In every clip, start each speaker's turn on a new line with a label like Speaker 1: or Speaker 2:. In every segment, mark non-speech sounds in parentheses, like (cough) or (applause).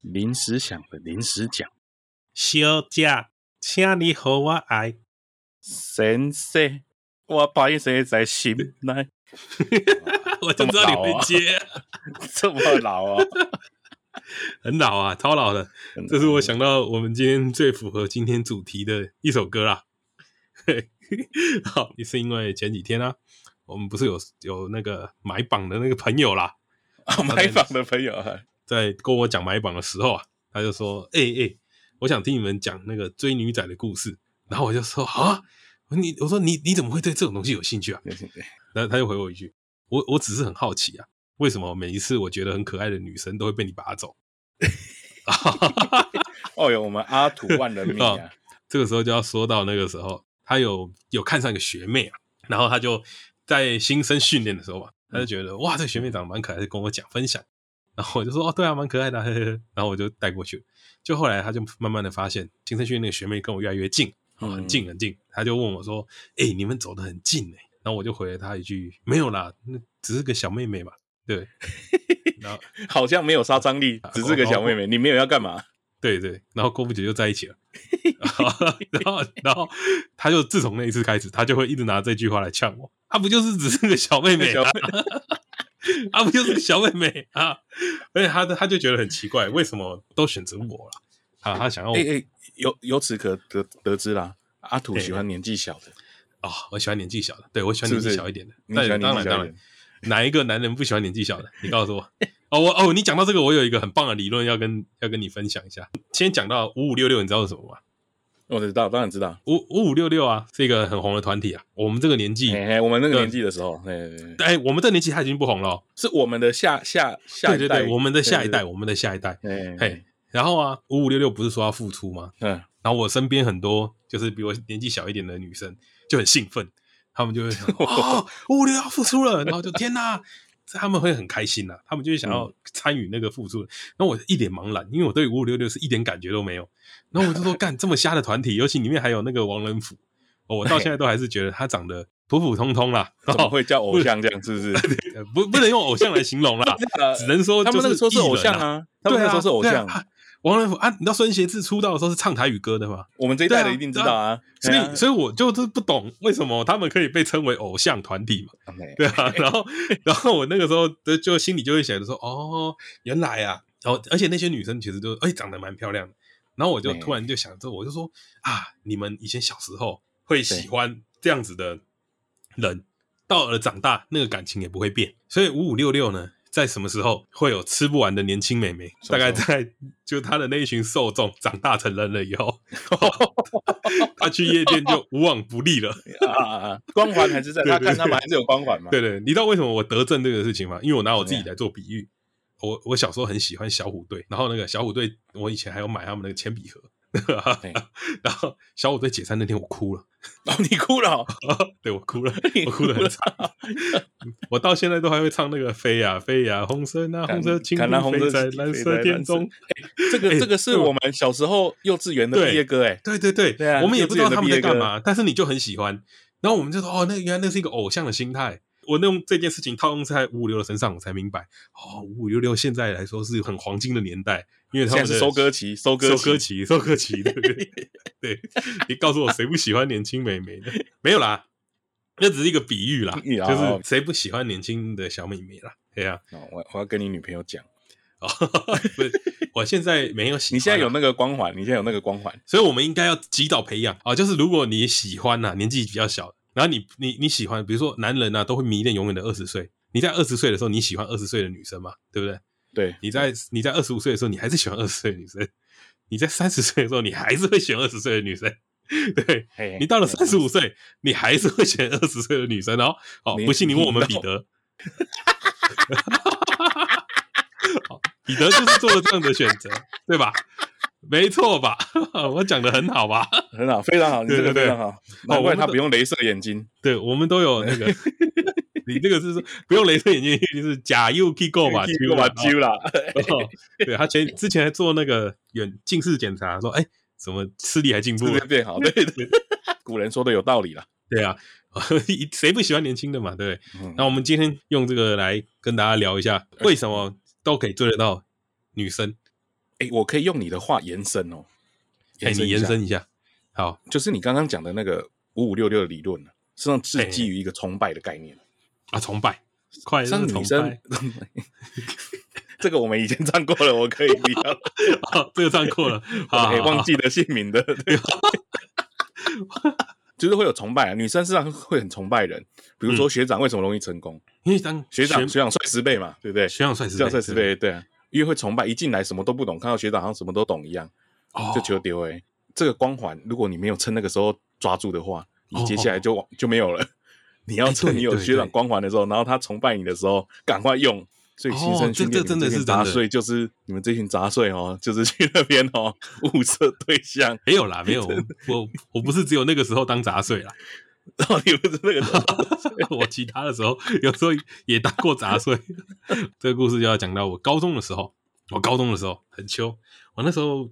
Speaker 1: 临时想的临时讲。
Speaker 2: 小姐，请你和我爱。
Speaker 1: 先生，我歹势在心内，
Speaker 2: (laughs)
Speaker 1: (laughs)
Speaker 2: 我就知道你会接，
Speaker 1: 这么老 (laughs) 啊，
Speaker 2: 很老啊， (laughs) 超老的。这是我想到我们今天最符合今天主题的一首歌啦。 (laughs) 嘿好，也是因为前几天啊，我们不是有有那个买榜的那个朋友啦，
Speaker 1: 啊买房的朋友啊，
Speaker 2: 在跟我讲买榜的时候啊，他就说：“哎、欸、哎、欸，我想听你们讲那个追女仔的故事。”然后我就说：“啊，你我说你你怎么会对这种东西有兴趣啊？”然后他就回我一句：“我我只是很好奇啊，为什么每一次我觉得很可爱的女生都会被你拔走？”
Speaker 1: 哦哟，我们阿土万人迷 (laughs) 啊！
Speaker 2: 这个时候就要说到那个时候，他有有看上一个学妹啊，然后他就在新生训练的时候吧，他就觉得、哇，这个学妹长得蛮可爱的，跟我讲分享。然后我就说哦，对啊，蛮可爱的、啊，呵呵。然后我就带过去。就后来他就慢慢的发现，金生训那个学妹跟我越来越近，啊，很近很近。他就问我说：“哎、你们走得很近哎、然后我就回了他一句：“没有啦，那只是个小妹妹嘛。”对，然后
Speaker 1: 好像没有杀伤力，只是个小妹妹，你没有要干嘛？
Speaker 2: 对对，然后过不久就在一起了。 (laughs) 然后然后他就自从那一次开始，他就会一直拿这句话来呛我。啊，不就是只是个小妹妹、
Speaker 1: 小
Speaker 2: 啊
Speaker 1: 妹？
Speaker 2: 啊，不就是小妹妹啊？而且他他就觉得很奇怪，为什么都选择我了？啊，他想要我
Speaker 1: 哎哎，由由此可得得知啦，阿土喜欢年纪小的，
Speaker 2: 哦，我喜欢年纪小的，对我喜欢
Speaker 1: 是不
Speaker 2: 年
Speaker 1: 是
Speaker 2: 纪小一点的。
Speaker 1: 你喜欢
Speaker 2: 但
Speaker 1: 年
Speaker 2: 当
Speaker 1: 纪
Speaker 2: 然
Speaker 1: 小
Speaker 2: 当
Speaker 1: 一
Speaker 2: 然
Speaker 1: 点，，
Speaker 2: 哪一个男人不喜欢年纪小的？你告诉我。哦，我哦，你讲到这个，我有一个很棒的理论要跟要跟你分享一下。先讲到五五六六，你知道是什么吗？
Speaker 1: 我知哦道，当然知道。
Speaker 2: 五五五六六啊，是一个很红的团体啊。我们这个年纪，
Speaker 1: 嘿嘿，我们那个年纪的时候，嘿嘿嘿
Speaker 2: 哎，我们这个年纪他已经不红了哦。
Speaker 1: 是我们的下下下
Speaker 2: 对
Speaker 1: 一
Speaker 2: 对
Speaker 1: 代，
Speaker 2: 对，我们的下一代，我们的下一代。
Speaker 1: 对，对
Speaker 2: 嘿，然后啊，五五六六不是说要付出吗？
Speaker 1: 嗯，
Speaker 2: 然后我身边很多就是比我年纪小一点的女生就很兴奋，她们就会想 (laughs) 哦，五六要付出了，然后就天哪，他们会很开心呐、啊，他们就会想要参与那个付出。那、我一脸茫然，因为我对五五六六是一点感觉都没有。然后我就 (laughs) 说，干这么瞎的团体，尤其里面还有那个王仁甫、哦，我 (laughs) 到现在都还是觉得他长得普普通通啦，
Speaker 1: 怎么会叫偶像这样？是不是？
Speaker 2: (laughs) 呃不不能用偶像来形容 (laughs) 啦，
Speaker 1: 呃
Speaker 2: 只能说
Speaker 1: 他们那个时候是
Speaker 2: 就艺人
Speaker 1: 偶像
Speaker 2: 啊，
Speaker 1: 啊，他们那个时候是偶
Speaker 2: 对啊
Speaker 1: 像
Speaker 2: 对，啊王仁甫啊，你知道孙协志出道的时候是唱台语歌的吗？
Speaker 1: 我们这一代的一定知道啊。
Speaker 2: 所以，
Speaker 1: 嘿啊
Speaker 2: 所以我就是不懂为什么他们可以被称为偶像团体嘛？
Speaker 1: 嘿
Speaker 2: 对啊，
Speaker 1: (laughs)
Speaker 2: 然后，然后我那个时候就就心里就会想着说，哦，原来啊，然后而且那些女生其实都哎长得蛮漂亮的，然后我就
Speaker 1: 对
Speaker 2: 突然就想着，我就说啊，你们以前小时候会喜欢这样子的人，到了长大那个感情也不会变，所以五五六六呢。在什么时候会有吃不完的年轻美眉？
Speaker 1: 什
Speaker 2: 大
Speaker 1: 么时候
Speaker 2: 概在就他的那一群受众长大成人了以后， (laughs) 他去夜店就无往不利了。
Speaker 1: 啊啊，啊光环还是在，他
Speaker 2: 对对
Speaker 1: 看他们还是有光环嘛。
Speaker 2: 对对，你知道为什么我得证这个事情吗？因为我拿我自己来做比喻。我我小时候很喜欢小虎队，然后那个小虎队，我以前还有买他们那个铅笔盒。
Speaker 1: 对
Speaker 2: (laughs) 然后小虎队解散那天，我哭了，
Speaker 1: 哦，你哭
Speaker 2: (laughs)
Speaker 1: 了哦，
Speaker 2: 对我哭了，
Speaker 1: 你
Speaker 2: 我哭得很
Speaker 1: 了
Speaker 2: 惨。
Speaker 1: (laughs)
Speaker 2: 我到现在都还会唱那个飞呀、飞呀、红色那、红色轻
Speaker 1: 看那
Speaker 2: 轻
Speaker 1: 红
Speaker 2: 飞
Speaker 1: 色
Speaker 2: 在
Speaker 1: 轻轻
Speaker 2: 蓝
Speaker 1: 飞
Speaker 2: 色
Speaker 1: 在
Speaker 2: 天
Speaker 1: 蓝色
Speaker 2: 中。
Speaker 1: 这个
Speaker 2: (laughs) 哎
Speaker 1: 这个是
Speaker 2: 对
Speaker 1: 我们小时候幼稚园的毕业歌，哎，
Speaker 2: 对对对，
Speaker 1: 对啊
Speaker 2: 我们也
Speaker 1: 幼
Speaker 2: 不
Speaker 1: 稚
Speaker 2: 知道
Speaker 1: 园的
Speaker 2: 他们在
Speaker 1: 毕业
Speaker 2: 干
Speaker 1: 歌
Speaker 2: 嘛，但是你就很喜欢。然后我们就说，哦，那原来那是一个偶像的心态。我用这件事情套用在五五六的身上，我才明白，哦，五五六六现在来说是很黄金的年代，因为他
Speaker 1: 现在
Speaker 2: 们
Speaker 1: 是
Speaker 2: 的
Speaker 1: 收割期，收割
Speaker 2: 收
Speaker 1: 期
Speaker 2: 割期，收割期，对不 (laughs) 对？对，你告诉我谁不喜欢年轻美眉的？没有啦，那只是一个比喻啦，
Speaker 1: 嗯
Speaker 2: 就是谁不喜欢年轻的小妹妹啦？对呀、
Speaker 1: 哦我我要跟你女朋友讲，
Speaker 2: 啊，哦， (laughs) 不是，我现在没有喜欢啦，
Speaker 1: 你现在有那个光环，你现在有那个光环，
Speaker 2: 所以我们应该要及早培养啊、就是如果你喜欢呐、年纪比较小，然后你你你喜欢，比如说男人啊呐、都会迷恋永远的二十岁。你在二十岁的时候，你喜欢二十岁的女生嘛，对不对？
Speaker 1: 对，
Speaker 2: 你在你在二十五岁的时候，你还是喜欢二十岁的女生；你在三十岁的时候，你还是会选二十岁的女生。 (laughs) 对
Speaker 1: 嘿
Speaker 2: 你到了三十五岁，你还是会选二十岁的女生哦。哦，
Speaker 1: 你
Speaker 2: 不信你问我们彼 (laughs) 得。好彼得就是做了这样的选择，对吧？没错吧？ (laughs) 我讲的很好吧？
Speaker 1: 很好，非常好，你这
Speaker 2: 对对
Speaker 1: 个
Speaker 2: 对哦
Speaker 1: 非常好，难
Speaker 2: 我
Speaker 1: 怪
Speaker 2: 们
Speaker 1: 他
Speaker 2: 都
Speaker 1: 不用镭射眼睛，
Speaker 2: 对，我们都有那 (laughs) 个。你这个是说不用镭射眼镜，一定是假 U K Go 吧？
Speaker 1: 丢吧丢啦，
Speaker 2: 哦对他前之前还做那个远近视检查，说哎，怎么视力还进步
Speaker 1: 对
Speaker 2: 了
Speaker 1: 对？变好，对对，古人说的有道理啦。
Speaker 2: 对啊， (laughs) 谁不喜欢年轻的嘛？对不对？
Speaker 1: 嗯
Speaker 2: 那我们今
Speaker 1: 呃
Speaker 2: 天用这个来跟大家聊一下，为什么都可以追得到女生？
Speaker 1: 哎，我可以用你的话延伸哦，
Speaker 2: 哎、你
Speaker 1: 一
Speaker 2: 延
Speaker 1: 下
Speaker 2: 伸一下，好，
Speaker 1: 就是你刚刚讲的那个五五六六的理论呢，啊实际上是
Speaker 2: 嘿
Speaker 1: 基于一个崇拜的概念。
Speaker 2: 啊，崇拜，快乐
Speaker 1: 像
Speaker 2: 崇
Speaker 1: 女
Speaker 2: 拜
Speaker 1: 生，， (laughs) 这个我们以前唱过了，我可以不
Speaker 2: (laughs)
Speaker 1: 要，
Speaker 2: 哦这个唱过
Speaker 1: (laughs)
Speaker 2: 了，
Speaker 1: 我
Speaker 2: 好，
Speaker 1: 们也忘
Speaker 2: 好
Speaker 1: 记了姓名的。 (laughs) 对就是会有崇拜啊，女生实际上会很崇拜人，比如
Speaker 2: 嗯
Speaker 1: 说学长为什么容易成功？
Speaker 2: 因为当
Speaker 1: 学长学长帅十倍嘛，对不对？
Speaker 2: 学长帅
Speaker 1: 学
Speaker 2: 十
Speaker 1: 长
Speaker 2: 倍，
Speaker 1: 帅十倍，对啊，因为会崇拜，一进来什么都不懂，看到学长好像什么都懂一样，
Speaker 2: 哦，
Speaker 1: 就求丢哎。这个光环，如果你没有趁那个时候抓住的话，你接下来就往就没有了。 (laughs) 你要
Speaker 2: 哦哎
Speaker 1: 趁
Speaker 2: 对
Speaker 1: 你有
Speaker 2: 对
Speaker 1: 学长
Speaker 2: 对
Speaker 1: 光环的时候，然后他崇拜你的时候，赶快用。所以新
Speaker 2: 哦
Speaker 1: 生
Speaker 2: 这
Speaker 1: 训练，
Speaker 2: 这真
Speaker 1: 你们
Speaker 2: 的
Speaker 1: 群
Speaker 2: 是真
Speaker 1: 杂
Speaker 2: 的
Speaker 1: 碎，就是你们这群杂碎哦， (laughs) 就是去那边哦 (laughs) 物色对象， (laughs)
Speaker 2: 没有啦，没有，我我不是只有那个时候当杂碎
Speaker 1: (laughs)
Speaker 2: 啦，
Speaker 1: 然后你们是那个时候
Speaker 2: (laughs) 我其他的时候有时候也当过杂碎。这个故事就要讲到我高中的时候，我高中的时候很秋，我那时候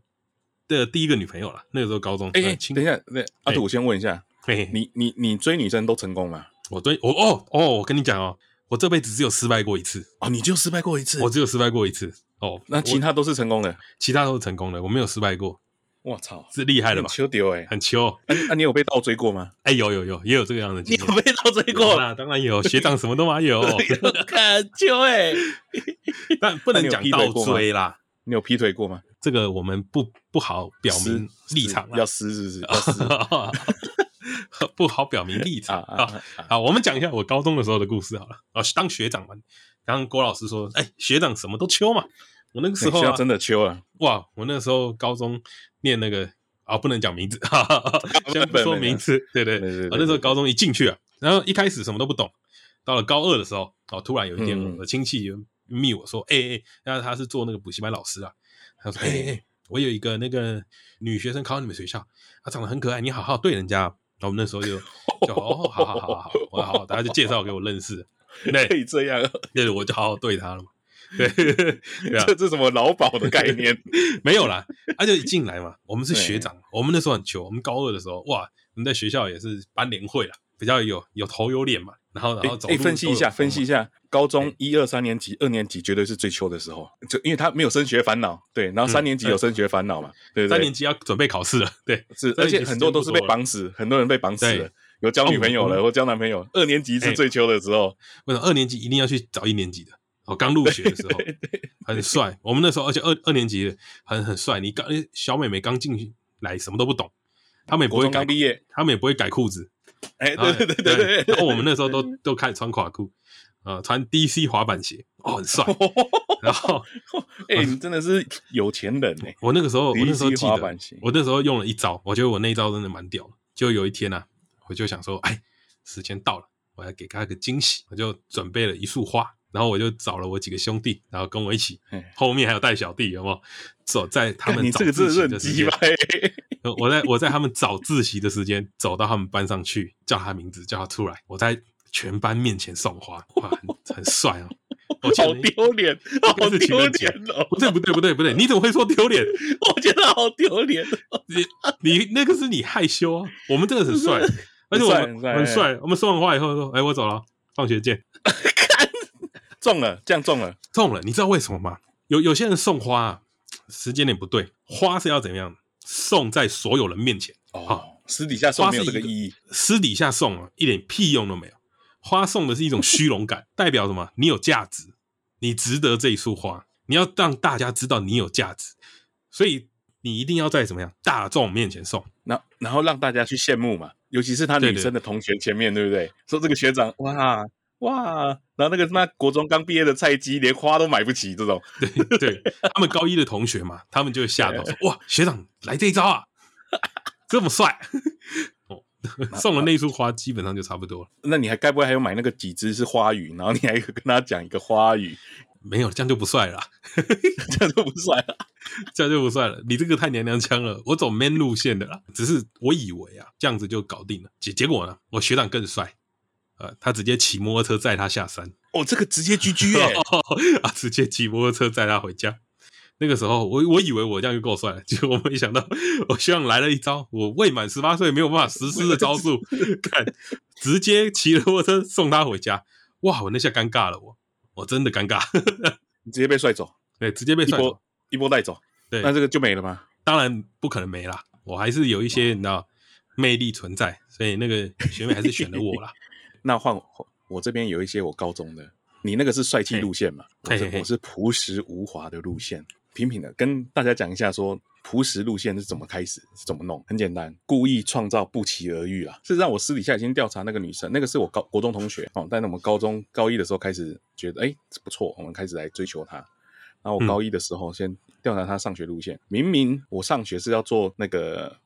Speaker 2: 的第一个女朋友啦，那个时候高中，
Speaker 1: 哎、
Speaker 2: 很
Speaker 1: 等一下，对，阿
Speaker 2: 哎
Speaker 1: 土，我先问一下，
Speaker 2: 嘿
Speaker 1: 你你你追女生都成功吗？
Speaker 2: 我对我哦哦，我跟你讲哦，我这辈子只有失败过一次，
Speaker 1: 哦，你就失败过一次
Speaker 2: 我，只有失败过一次哦，
Speaker 1: 那其
Speaker 2: 我
Speaker 1: 他都是成功的。
Speaker 2: 其他都是成功的，我没有失败过，
Speaker 1: 我操，
Speaker 2: 是厉害了吧？
Speaker 1: 球丢
Speaker 2: (laughs)
Speaker 1: 哎！
Speaker 2: 很秋，
Speaker 1: 那、啊、你有被倒追过吗？
Speaker 2: 哎，有有有，也有这个样的经验。
Speaker 1: 被倒追
Speaker 2: 有？啦，当然有，学长什么都
Speaker 1: (laughs)
Speaker 2: 嘛 (laughs) 有，
Speaker 1: 看球哎！
Speaker 2: 但不能
Speaker 1: 那
Speaker 2: 讲
Speaker 1: 你有劈腿
Speaker 2: 倒
Speaker 1: 过吗
Speaker 2: 追啦，
Speaker 1: 你有劈腿过吗？
Speaker 2: 这个我们不不好表明立场啊
Speaker 1: 要
Speaker 2: (laughs) 啦，
Speaker 1: 撕是不是？要撕
Speaker 2: (laughs) 不好表明立
Speaker 1: 啊
Speaker 2: 场
Speaker 1: 啊
Speaker 2: 啊。
Speaker 1: 啊啊！
Speaker 2: 好，我们讲一下我高中的时候的故事好了。啊，当学长嘛，刚刚郭老师说，哎，学长什么都秋嘛。我那个时
Speaker 1: 时
Speaker 2: 候
Speaker 1: 候
Speaker 2: 啊，
Speaker 1: 真的秋啊，
Speaker 2: 哇，我那时候高中念那个啊，不能讲名字，哈哈哈，先不说名字，对对哦
Speaker 1: 对对对
Speaker 2: 我那时候高中一进去啊，然后一开始什么都不懂，到了高二的时候，哦，突然有一天
Speaker 1: 嗯
Speaker 2: 我的亲戚就密我说，哎哎、哎，那他是做那个补习班老师啊，他说，哎哎、哎我有一个那个女学生考你们学校，她长得很可爱，你好好对人家啊。然后我们那时候就就哦，好好好好好，我好，大家就介绍给我
Speaker 1: (laughs)
Speaker 2: 认识，对
Speaker 1: 可以这样啊，
Speaker 2: 对，我就好好对她了嘛，对 (laughs) 对
Speaker 1: (laughs)
Speaker 2: 啊，
Speaker 1: 这是什么劳保的概念？
Speaker 2: (laughs) 没有啦，他就一进
Speaker 1: (laughs)
Speaker 2: 来嘛，我们是学
Speaker 1: 对
Speaker 2: 长，我们那时候很穷，我们高二的时候，哇，我们在学校也是班联会啦，比较有有头有脸嘛，然后然后走
Speaker 1: 哎，
Speaker 2: 路、
Speaker 1: 哎分析一下，分析一
Speaker 2: 下，
Speaker 1: 下，高中
Speaker 2: 哎
Speaker 1: 一二三年级、二年级绝对是最秋的时候，就因为他没有升学烦恼，对，然后三
Speaker 2: 嗯
Speaker 1: 年级有升学烦恼嘛，对不对？
Speaker 2: 三年级要准备考试了， (laughs) 对，
Speaker 1: 是，而
Speaker 2: 三年级
Speaker 1: 且很
Speaker 2: 时间
Speaker 1: 多
Speaker 2: 不
Speaker 1: 都是
Speaker 2: 多
Speaker 1: 被
Speaker 2: 了
Speaker 1: 绑死，很多人被绑死
Speaker 2: 对
Speaker 1: 了，有交女朋友
Speaker 2: 哦
Speaker 1: 了或交男朋友。二年级
Speaker 2: 哎
Speaker 1: 是最秋的时候，
Speaker 2: 为什么二年级一定要去找一年级的？我刚入学的时候
Speaker 1: (laughs) 对
Speaker 2: 很帅，我们那时候而且二二年级的很很帅，你刚小美眉刚进来什么都不懂，他们也不
Speaker 1: 国
Speaker 2: 会
Speaker 1: 中
Speaker 2: 改
Speaker 1: 刚，毕业，
Speaker 2: 他们也不会改裤子，
Speaker 1: 哎，
Speaker 2: 然后
Speaker 1: 对对对对对
Speaker 2: 然后我们那时候都都开始穿垮裤，呃，穿 DC 滑板鞋，哦，
Speaker 1: (laughs)
Speaker 2: 很帅，然后。
Speaker 1: 哎，你真的是有钱人哎，
Speaker 2: 我那个时候，我那时候
Speaker 1: DC
Speaker 2: 记
Speaker 1: 滑
Speaker 2: 得
Speaker 1: 板鞋，
Speaker 2: 我那时候用了一招，我觉得我那一招真的蛮屌的。就有一天呢、啊，我就想说，哎，时间到了，我要给他个惊喜，我就准备了一束花，然后我就找了我几个兄弟，然后跟我一起
Speaker 1: 嗯，
Speaker 2: 后面还有带小弟，有没有？走在他
Speaker 1: 看
Speaker 2: 们
Speaker 1: 你
Speaker 2: 早
Speaker 1: 这个真的是
Speaker 2: 自习的
Speaker 1: 很
Speaker 2: 时
Speaker 1: 鸡
Speaker 2: 间
Speaker 1: 掰，，
Speaker 2: 呃我在 (laughs) 我在他们早自习的时间走到他们班上去，叫他名字，叫他出来，我在全班面前送花，哇，很很帅哦！我记得
Speaker 1: 好
Speaker 2: 那
Speaker 1: 丢脸，好
Speaker 2: 应该是情
Speaker 1: 丢
Speaker 2: 人节
Speaker 1: 脸哦！
Speaker 2: 不对不对不对不对，你怎么会说丢脸？
Speaker 1: 我觉得好丢
Speaker 2: (laughs)
Speaker 1: 脸。
Speaker 2: 你那个是你害羞啊，我们真的很
Speaker 1: (laughs)
Speaker 2: 帅，而且我们
Speaker 1: 很帅
Speaker 2: 很
Speaker 1: 很帅
Speaker 2: 帅。我们说完话以后说：“哎，我走了，放学见。
Speaker 1: 中了，这样中了，”
Speaker 2: 中了，你知道为什么吗？有有些人送花啊，时间点不对，花是要怎么样送在所有人面前，
Speaker 1: 哦，私底下送没有这个意义，
Speaker 2: 私底下送啊，一点屁用都没有。花送的是一种虚荣感， (laughs) 代表什么？你有价值，你值得这一束花，你要让大家知道你有价值，所以你一定要在怎么样大众面前送。
Speaker 1: 然后然后让大家去羡慕嘛，尤其是他
Speaker 2: 对
Speaker 1: 女
Speaker 2: 对
Speaker 1: 生的同学前面，对不
Speaker 2: 嗯
Speaker 1: 对？说这个学长哇哇，然后那个那国中刚毕业的菜鸡连花都买不起，这种
Speaker 2: 对 (laughs) 对，他们高一的同学嘛，他们就吓到说：“哇，学长来这一招啊，这么帅！”哦，送了那一束花，基本上就差不多了。
Speaker 1: 那你还该不会还有买那个几只是花语，然后你还有跟他讲一个花语，
Speaker 2: 没有，这样就不帅了啦，
Speaker 1: 这样就不算啊了。
Speaker 2: 这样就不帅了。你这个太娘娘腔了，我走 man 路线的啦。只是我以为啊，这样子就搞定了。结结果呢，我学长更帅，呃，他直接骑摩托车载他下山，
Speaker 1: 哦，这个直接居
Speaker 2: (laughs)
Speaker 1: 居耶！
Speaker 2: 啊，直接骑摩托车载他回家。那个时候，我我以为我这样就够帅了，结果我没想到，我希望来了一招我未满十八岁没有办法实施的招数， (laughs) 看直接骑着摩托车送他回家。哇，我那下尴尬了我，我真的尴尬， (laughs)
Speaker 1: 你直接被帅走，
Speaker 2: 对，直接被
Speaker 1: 一
Speaker 2: 帅走
Speaker 1: 波一波带走。
Speaker 2: 对
Speaker 1: 那这个就没了吗？
Speaker 2: 当然不可能没啦，我还是有一些你知道魅力存在，所以那个学妹还是选了我啦。
Speaker 1: 那换我我这边有一些我高中的，你那个是帅气路线嘛？我
Speaker 2: 嘿嘿
Speaker 1: 是
Speaker 2: 嘿
Speaker 1: 我是朴实无华的路线，平平的。跟大家讲一下说，朴实路线是怎么开始，是怎么弄？很简单，故意创造不期而遇啊。事实上，我私底下已经调查那个女生，那个是我高国中同学哦，但是我们高中高一的时候开始觉得，哎，不错，我们开始来追求她。然后我
Speaker 2: 嗯
Speaker 1: 高一的时候先调查她上学路线，明明我上学是要坐那个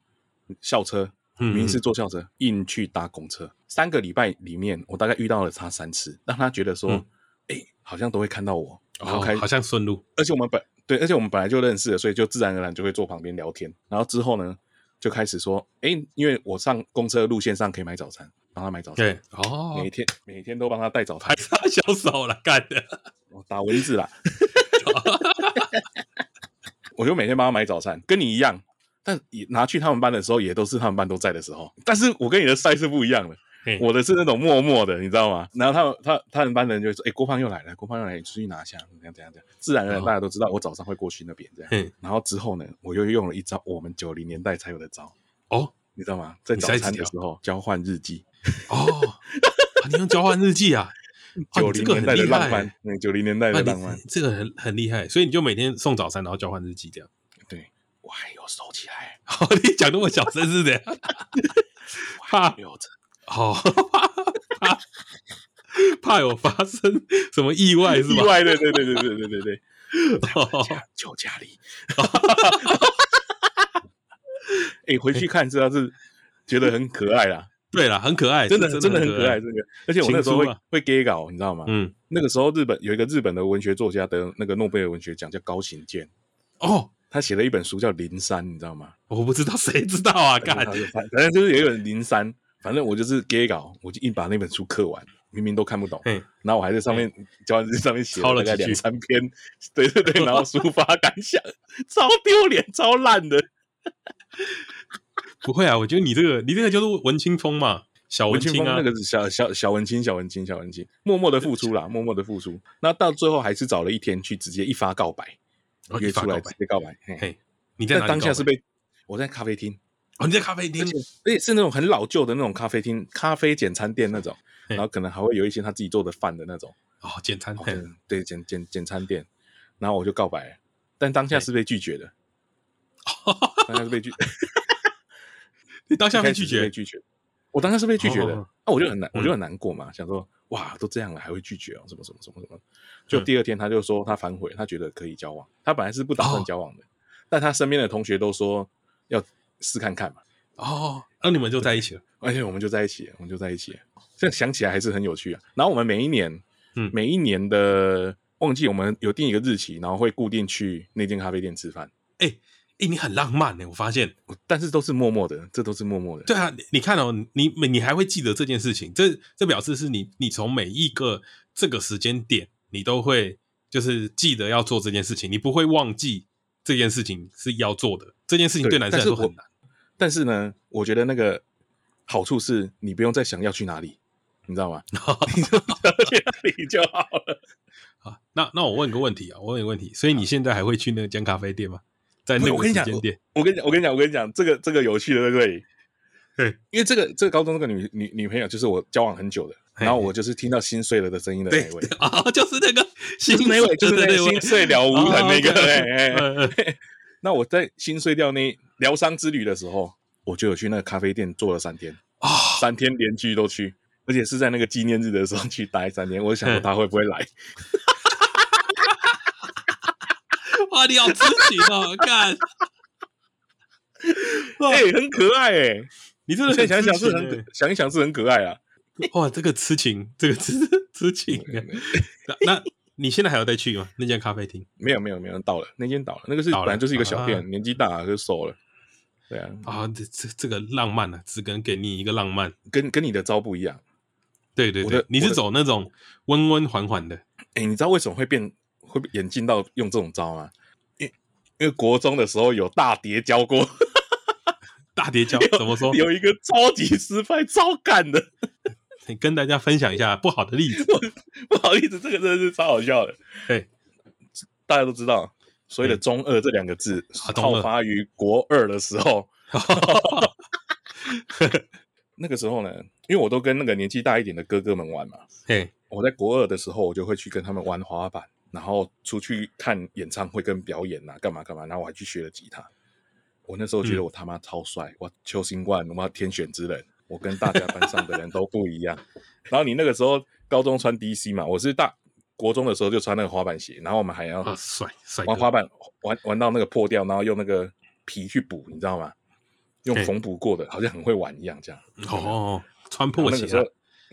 Speaker 1: 校车，
Speaker 2: 嗯
Speaker 1: 明明是坐校车，硬去搭公车。三个礼拜里面，我大概遇到了他三次，让他觉得说
Speaker 2: 嗯，
Speaker 1: 哎、好像都会看到我，然后
Speaker 2: 哦
Speaker 1: 开，
Speaker 2: (laughs) 好像顺路，
Speaker 1: 而且我们本对，而且我们本来就认识了，所以就自然而然就会坐旁边聊天。然后之后呢，就开始说，哎、因为我上公车的路线上可以买早餐，帮他买早餐，
Speaker 2: 对，哦
Speaker 1: 每，天每天都帮他带早餐
Speaker 2: 还，差小手了，干的，
Speaker 1: 我哦打文字啦。 (laughs) 我就每天帮他买早餐，跟你一样，但也拿去他们班的时候，也都是他们班都在的时候。但是我跟你的赛是不一样的，
Speaker 2: 嘿
Speaker 1: 我的是那种默默的，你知道吗？然后他们他他们班的人就会说：“哎、郭胖又来了，郭胖又来了，你出去拿下，怎样怎样怎样。”自然而然
Speaker 2: 哦
Speaker 1: 大家都知道我早上会过去那边这样。
Speaker 2: 嘿，
Speaker 1: 然后之后呢，我又用了一招我们九零年代才有的招，
Speaker 2: 哦
Speaker 1: 你知道吗？在
Speaker 2: 你
Speaker 1: 早
Speaker 2: 塞
Speaker 1: 餐
Speaker 2: 纸
Speaker 1: 的
Speaker 2: 条
Speaker 1: 时候交换日记，
Speaker 2: 哦，啊你用交换日记
Speaker 1: (laughs)
Speaker 2: 啊？哇
Speaker 1: 九
Speaker 2: 你
Speaker 1: 零
Speaker 2: 这个
Speaker 1: 年代
Speaker 2: 很
Speaker 1: 的
Speaker 2: 厉
Speaker 1: 浪
Speaker 2: 害
Speaker 1: 漫
Speaker 2: 欸，，
Speaker 1: 嗯，九零年代
Speaker 2: 那
Speaker 1: 的浪漫
Speaker 2: 你，这个很很厉害，所以你就每天送早餐，然后交换日记这样。 (laughs)
Speaker 1: 对我还有收起来，
Speaker 2: 哦，你讲那么小声是这样？ (laughs) 怕
Speaker 1: 留着。
Speaker 2: 哦，怕怕怕有发生什么意外是
Speaker 1: 意
Speaker 2: 吧？
Speaker 1: 外，对对对对对对对 (laughs) 对，
Speaker 2: 哦
Speaker 1: 家就家里。 (laughs) 哎、回去看知道是觉得很可爱啦，
Speaker 2: 对啦，很可爱，
Speaker 1: 真的
Speaker 2: 是
Speaker 1: 哎真
Speaker 2: 真
Speaker 1: 的很
Speaker 2: 可
Speaker 1: 可爱，这个。而且我那时候
Speaker 2: 情
Speaker 1: 会
Speaker 2: 书啊
Speaker 1: 会 gay 搞，你知道吗？
Speaker 2: 嗯，
Speaker 1: 那个时候日本有一个日本的文学作家得那个诺贝尔文学奖，叫高行健，
Speaker 2: 哦，
Speaker 1: 他写了一本书叫《灵山》，你知道吗？
Speaker 2: 我不知道，谁知
Speaker 1: (laughs)
Speaker 2: 道啊？干
Speaker 1: 反，正反反正就是有一本《灵山》，反正我就是 gay 搞，我就硬把那本书刻完，明明都看不懂。
Speaker 2: 嘿，
Speaker 1: 然后我还在上面交换日记上面写
Speaker 2: 抄
Speaker 1: 大
Speaker 2: 了
Speaker 1: 概
Speaker 2: 几句
Speaker 1: 两三篇，对对对，然后抒发感想，超丢脸、超烂的。
Speaker 2: 不会啊，我觉得你这个，你这个就是文青风嘛，小
Speaker 1: 文青
Speaker 2: 青
Speaker 1: 风
Speaker 2: 啊，
Speaker 1: 那个是小小小文青、小文青、小文青，默默的付出啦，默默的付出。那到最后还是找了一天去直接一发告白，
Speaker 2: 哦
Speaker 1: 约
Speaker 2: 一发
Speaker 1: 出来
Speaker 2: 告白
Speaker 1: 直接告白。嘿，
Speaker 2: 嘿，你在
Speaker 1: 但
Speaker 2: 哪里
Speaker 1: 当下
Speaker 2: 告
Speaker 1: 是
Speaker 2: 白
Speaker 1: 被我在咖啡厅，
Speaker 2: 哦，你在咖啡厅
Speaker 1: 而且而且是那种很老旧的那种咖啡厅，咖啡简餐店那种，
Speaker 2: 嘿
Speaker 1: 然后可能还会有一些他自己做的饭的那种。
Speaker 2: 哦，简餐
Speaker 1: 哦
Speaker 2: 嘿，
Speaker 1: (laughs) 对，简简简餐店，然后我就告白了，但当下是被拒绝
Speaker 2: (laughs)
Speaker 1: 的，当下是被拒，
Speaker 2: 你当下
Speaker 1: 一开
Speaker 2: 被
Speaker 1: 始
Speaker 2: 拒
Speaker 1: 是被
Speaker 2: 绝，
Speaker 1: 拒绝，我当下是被拒绝的，那、啊
Speaker 2: 哦
Speaker 1: 我就很难，
Speaker 2: 嗯
Speaker 1: 我就很难过嘛，想说哇，都这样了还会拒绝哦，什么什么什么什么，就
Speaker 2: 嗯
Speaker 1: 第二天他就说他反悔，他觉得可以交往，他本来是不打算
Speaker 2: 哦
Speaker 1: 交往的，但他身边的同学都说要试看看嘛，
Speaker 2: 哦，那你们就在一起了，
Speaker 1: 而且我们就在一起了，我们就在一起了，这样想起来还是很有趣啊。然后我们每一年，
Speaker 2: 嗯
Speaker 1: 每一年的忘记我们有定一个日期，然后会固定去那间咖啡店吃饭，
Speaker 2: 诶，你很浪漫呢，欸我发现，
Speaker 1: 但是都是默默的，这都是默默的。
Speaker 2: 对啊，你你看哦，你你还会记得这件事情，这这表示是你你从每一个这个时间点，你都会就是记得要做这件事情，你不会忘记这件事情是要做的。这件事情
Speaker 1: 对
Speaker 2: 对男生来说
Speaker 1: 但是我
Speaker 2: 很难
Speaker 1: 但是呢，我觉得那个好处是你不用再想要去哪里，你知道
Speaker 2: (laughs)
Speaker 1: 吗？你就想要去哪里就好了。
Speaker 2: 啊。那那我问个问题啊，我问个问题，所以你现在还会去那间咖啡店吗？在那
Speaker 1: 不我
Speaker 2: 个
Speaker 1: 跟
Speaker 2: 时
Speaker 1: 你讲
Speaker 2: 间点，
Speaker 1: 我跟你讲，我跟你讲，我跟你讲，这个这个有趣的在这里。
Speaker 2: 对，
Speaker 1: 因为这个这个高中这个女女女朋友就是我交往很久的，
Speaker 2: 嘿
Speaker 1: 然后我就是听到心碎了的声音的那一位。
Speaker 2: (laughs) 啊，就是那个
Speaker 1: 就
Speaker 2: 心
Speaker 1: 是那位，就是那
Speaker 2: 对
Speaker 1: 个
Speaker 2: 对
Speaker 1: 心碎了无痕那个。
Speaker 2: 哦对
Speaker 1: 哎哎哎
Speaker 2: 嗯
Speaker 1: (laughs)
Speaker 2: 嗯
Speaker 1: 那我在心碎掉那疗伤之旅的时候，我就有去那个咖啡店坐了三天，
Speaker 2: 啊，
Speaker 1: 三天连续都去，而且是在那个纪念日的时候去待三天。我想说
Speaker 2: 嗯
Speaker 1: 他会不会来？
Speaker 2: 哇，你好痴情 (laughs) 哦，干，
Speaker 1: (laughs)
Speaker 2: 哇
Speaker 1: 哎，很可爱哎！
Speaker 2: 你真
Speaker 1: 现
Speaker 2: 的
Speaker 1: 在想
Speaker 2: 很
Speaker 1: 一想
Speaker 2: 痴
Speaker 1: 是
Speaker 2: 情
Speaker 1: 很
Speaker 2: 欸
Speaker 1: 可，想一想是很可爱啊。
Speaker 2: 哇，这个痴情，这个痴痴情啊！ (laughs) 那那你现在还要再去吗？那间咖啡厅
Speaker 1: 没有没有没有，倒了，那间倒了，那个是
Speaker 2: 倒
Speaker 1: 本
Speaker 2: 了
Speaker 1: 来就是一个小
Speaker 2: 啊
Speaker 1: 店，年纪大了就收了。对啊，
Speaker 2: 啊，这这这个浪漫啊，只能给你一个浪漫。
Speaker 1: 跟跟你的招不一样。
Speaker 2: 对对
Speaker 1: 我的
Speaker 2: 对，你
Speaker 1: 我
Speaker 2: 是
Speaker 1: 的
Speaker 2: 走那种温温缓缓的
Speaker 1: 哎，你知道为什么会变会演进到用这种招吗？因因为国中的时候有大叠教过。
Speaker 2: 大叠交，怎么说？
Speaker 1: 有一个超级失败、超干的，
Speaker 2: 你跟大家分享一下不好的例子。
Speaker 1: 不好意思，这个真的是超好笑的。
Speaker 2: 对，
Speaker 1: 大家都知道，所谓的“中二”这两个字
Speaker 2: 啊中二
Speaker 1: 好发于国二的时
Speaker 2: (laughs)
Speaker 1: 候。那个时候呢，因为我都跟那个年纪大一点的哥哥们玩嘛，
Speaker 2: 嘿，
Speaker 1: 我在国二的时候，我就会去跟他们玩滑板，然后出去看演唱会跟表演啊，干嘛干嘛，然后我还去学了吉他。我那时候觉
Speaker 2: 嗯
Speaker 1: 得我他妈超帅，我邱新冠，我天选之人，我跟大家班上的人都不一样。然后你那个时候高中穿 DC 嘛，我是大国中的时候就穿那个滑板鞋，然后我们还要
Speaker 2: 啊，帅帅
Speaker 1: 玩滑
Speaker 2: 哥，
Speaker 1: 板玩玩到那个破掉，然后用那个皮去补，你知道吗？用
Speaker 2: 嘿
Speaker 1: 缝补过的，好像很会玩一样这样。
Speaker 2: 哦，穿
Speaker 1: 然后
Speaker 2: 破
Speaker 1: 那
Speaker 2: 鞋
Speaker 1: 个时
Speaker 2: 啊
Speaker 1: 候，，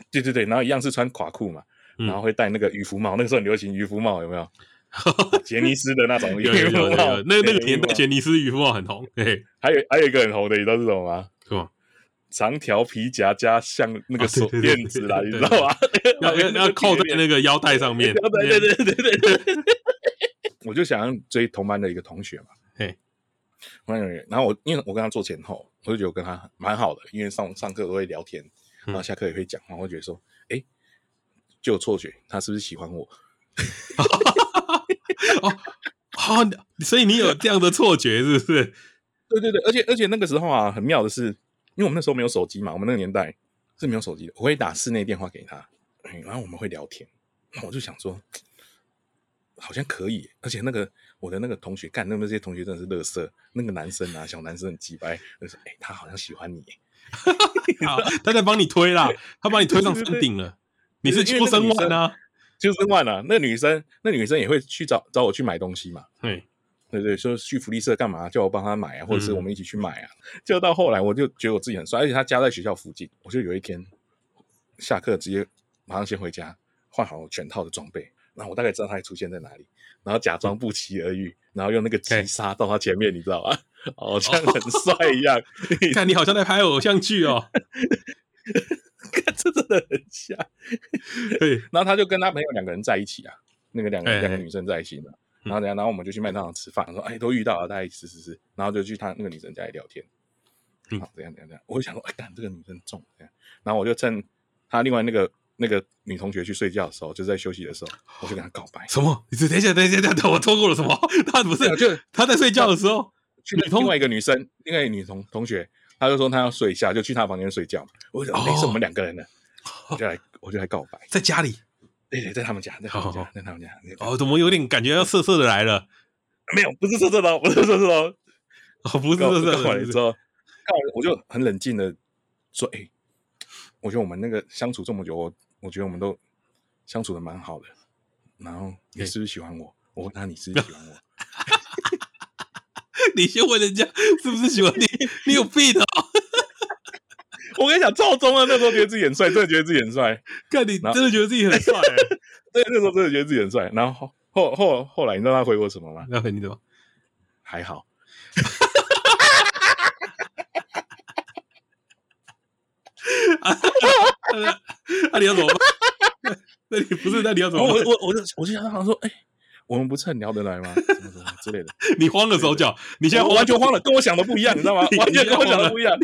Speaker 1: 对对对，然后一样是穿垮裤嘛，
Speaker 2: 嗯
Speaker 1: 然后会戴那个渔夫帽，那个时候很流行渔夫帽，有没有？杰尼斯的那种渔
Speaker 2: 有有有
Speaker 1: 夫
Speaker 2: 有有
Speaker 1: 帽，，
Speaker 2: (laughs) 那那
Speaker 1: 对
Speaker 2: 个年代，
Speaker 1: 渔夫帽
Speaker 2: 杰尼斯渔夫帽很红，嘿，
Speaker 1: 还有还有一个很红的，你知道是什么吗？
Speaker 2: 是 (laughs) 吧？
Speaker 1: 长条皮夹加像那个
Speaker 2: 啊对
Speaker 1: 手
Speaker 2: 对对
Speaker 1: 链子啦，
Speaker 2: 对
Speaker 1: 你
Speaker 2: 对
Speaker 1: 知道吗？
Speaker 2: 要要要扣在那个 (laughs) 腰带上面，
Speaker 1: (laughs) 对对对对对对对。 (laughs) 我就想要追同班的一个同学嘛，
Speaker 2: 嘿，
Speaker 1: 同班同学，然后我因为我跟他坐前后，我就觉得我跟他蛮好的，因为上上课都会聊天，然后下课也会讲话，我就觉得说，哎，就有错觉，他是不是喜欢我？
Speaker 2: 好，所以哦你有这样的错觉是
Speaker 1: (laughs)
Speaker 2: 不是？
Speaker 1: 对对对，而且而且那个时候啊，很妙的是，因为我们那时候没有手机嘛，我们那个年代是没有手机的，我会打室内电话给他，嗯然后我们会聊天。那我就想说，好像可以，而且那个我的那个同学，干那那些同学真的是乐色，那个男生啊，小男生很鸡掰，就是哎、他好像喜欢你，
Speaker 2: 好，他在帮你推啦，他把你推上山
Speaker 1: (laughs)
Speaker 2: 顶了，你是秋生万啊，
Speaker 1: 就是万了、啊。那女生，那女生也会去找找我去买东西嘛，
Speaker 2: 对，
Speaker 1: 对对，说去福利社干嘛？叫我帮他买啊，或者是
Speaker 2: 嗯
Speaker 1: 我们一起去买啊。就到后来，我就觉得我自己很帅，而且他家在学校附近，我就有一天下课直接马上先回家，换好我全套的装备，然后我大概知道他会出现在哪里，然后假装不期而遇，然后用那个急刹到他前面，你知道吗？好像很帅一样， (laughs)
Speaker 2: 看你好像在拍偶像剧哦，
Speaker 1: 这真的很像。
Speaker 2: 对，
Speaker 1: 然后他就跟他朋友两个人在一起啊，那个两个
Speaker 2: 哎哎嗯
Speaker 1: 两个女生在一起嘛。然后等下，然后我们就去麦当劳吃饭，说哎都遇到了，大家一起吃吃吃，然后就去他那个女生家里聊天。
Speaker 2: 嗯
Speaker 1: 好，怎样怎样怎样，我就想说，哎，干这个女生重，这样然后我就趁他另外那个那个女同学去睡觉的时候，就是在休息的时候，我就跟她告白。
Speaker 2: 什么？你等一下，等一下，等一下，我错过了
Speaker 1: (laughs)
Speaker 2: 什么？他不
Speaker 1: 对啊
Speaker 2: 是
Speaker 1: 就
Speaker 2: 他在睡觉的时候，
Speaker 1: 去那
Speaker 2: 女同
Speaker 1: 另外一个女生，另外一个女同同学，她就说她要睡一下，就去她房间睡觉。我就想，哎，
Speaker 2: 哦
Speaker 1: 是我们两个人的，我就来我就来告白。
Speaker 2: 在家里，
Speaker 1: 对对，在他们家，在他们
Speaker 2: 好好
Speaker 1: 家
Speaker 2: 好，
Speaker 1: 在他们家。那个
Speaker 2: 哦，怎么有点感觉要涩涩的来了？
Speaker 1: 没有，不是说这种，不是说这种，
Speaker 2: 哦，不
Speaker 1: (laughs)
Speaker 2: 是
Speaker 1: 告
Speaker 2: 涩
Speaker 1: 告
Speaker 2: 涩
Speaker 1: 完之
Speaker 2: 的，
Speaker 1: 后，告完我就很冷静的说：“哎、我觉得我们那个相处这么久，我我觉得我们都相处的蛮好的。然后你是不是喜欢我？我问他你是不是喜欢我？
Speaker 2: 你先问人家是不是喜欢
Speaker 1: (laughs)
Speaker 2: 你？你有病啊！
Speaker 1: (laughs) 我跟你讲，赵忠啊，那时候觉得自己很帅，真的觉得自己很帅，
Speaker 2: 看你真的觉得自己很帅，啊
Speaker 1: (laughs) 对，那时候真的觉得自己很帅。然后后后后来，你知道他回我什么吗？
Speaker 2: 那你怎么？
Speaker 1: 还好。”
Speaker 2: 那你要怎么办？ (laughs) 那你不是？那你要怎
Speaker 1: 然后
Speaker 2: 么
Speaker 1: 我
Speaker 2: 办？
Speaker 1: 我我就我就想想说，哎、我们不是很聊得来吗？什么什么之类 (laughs) 的。
Speaker 2: 你慌了手脚，你现在
Speaker 1: 我完全
Speaker 2: 了。
Speaker 1: 慌了，跟我想的不一样， (laughs) 你知道吗？
Speaker 2: 你
Speaker 1: 完全跟我想的
Speaker 2: 你慌
Speaker 1: 不一 (laughs) 样。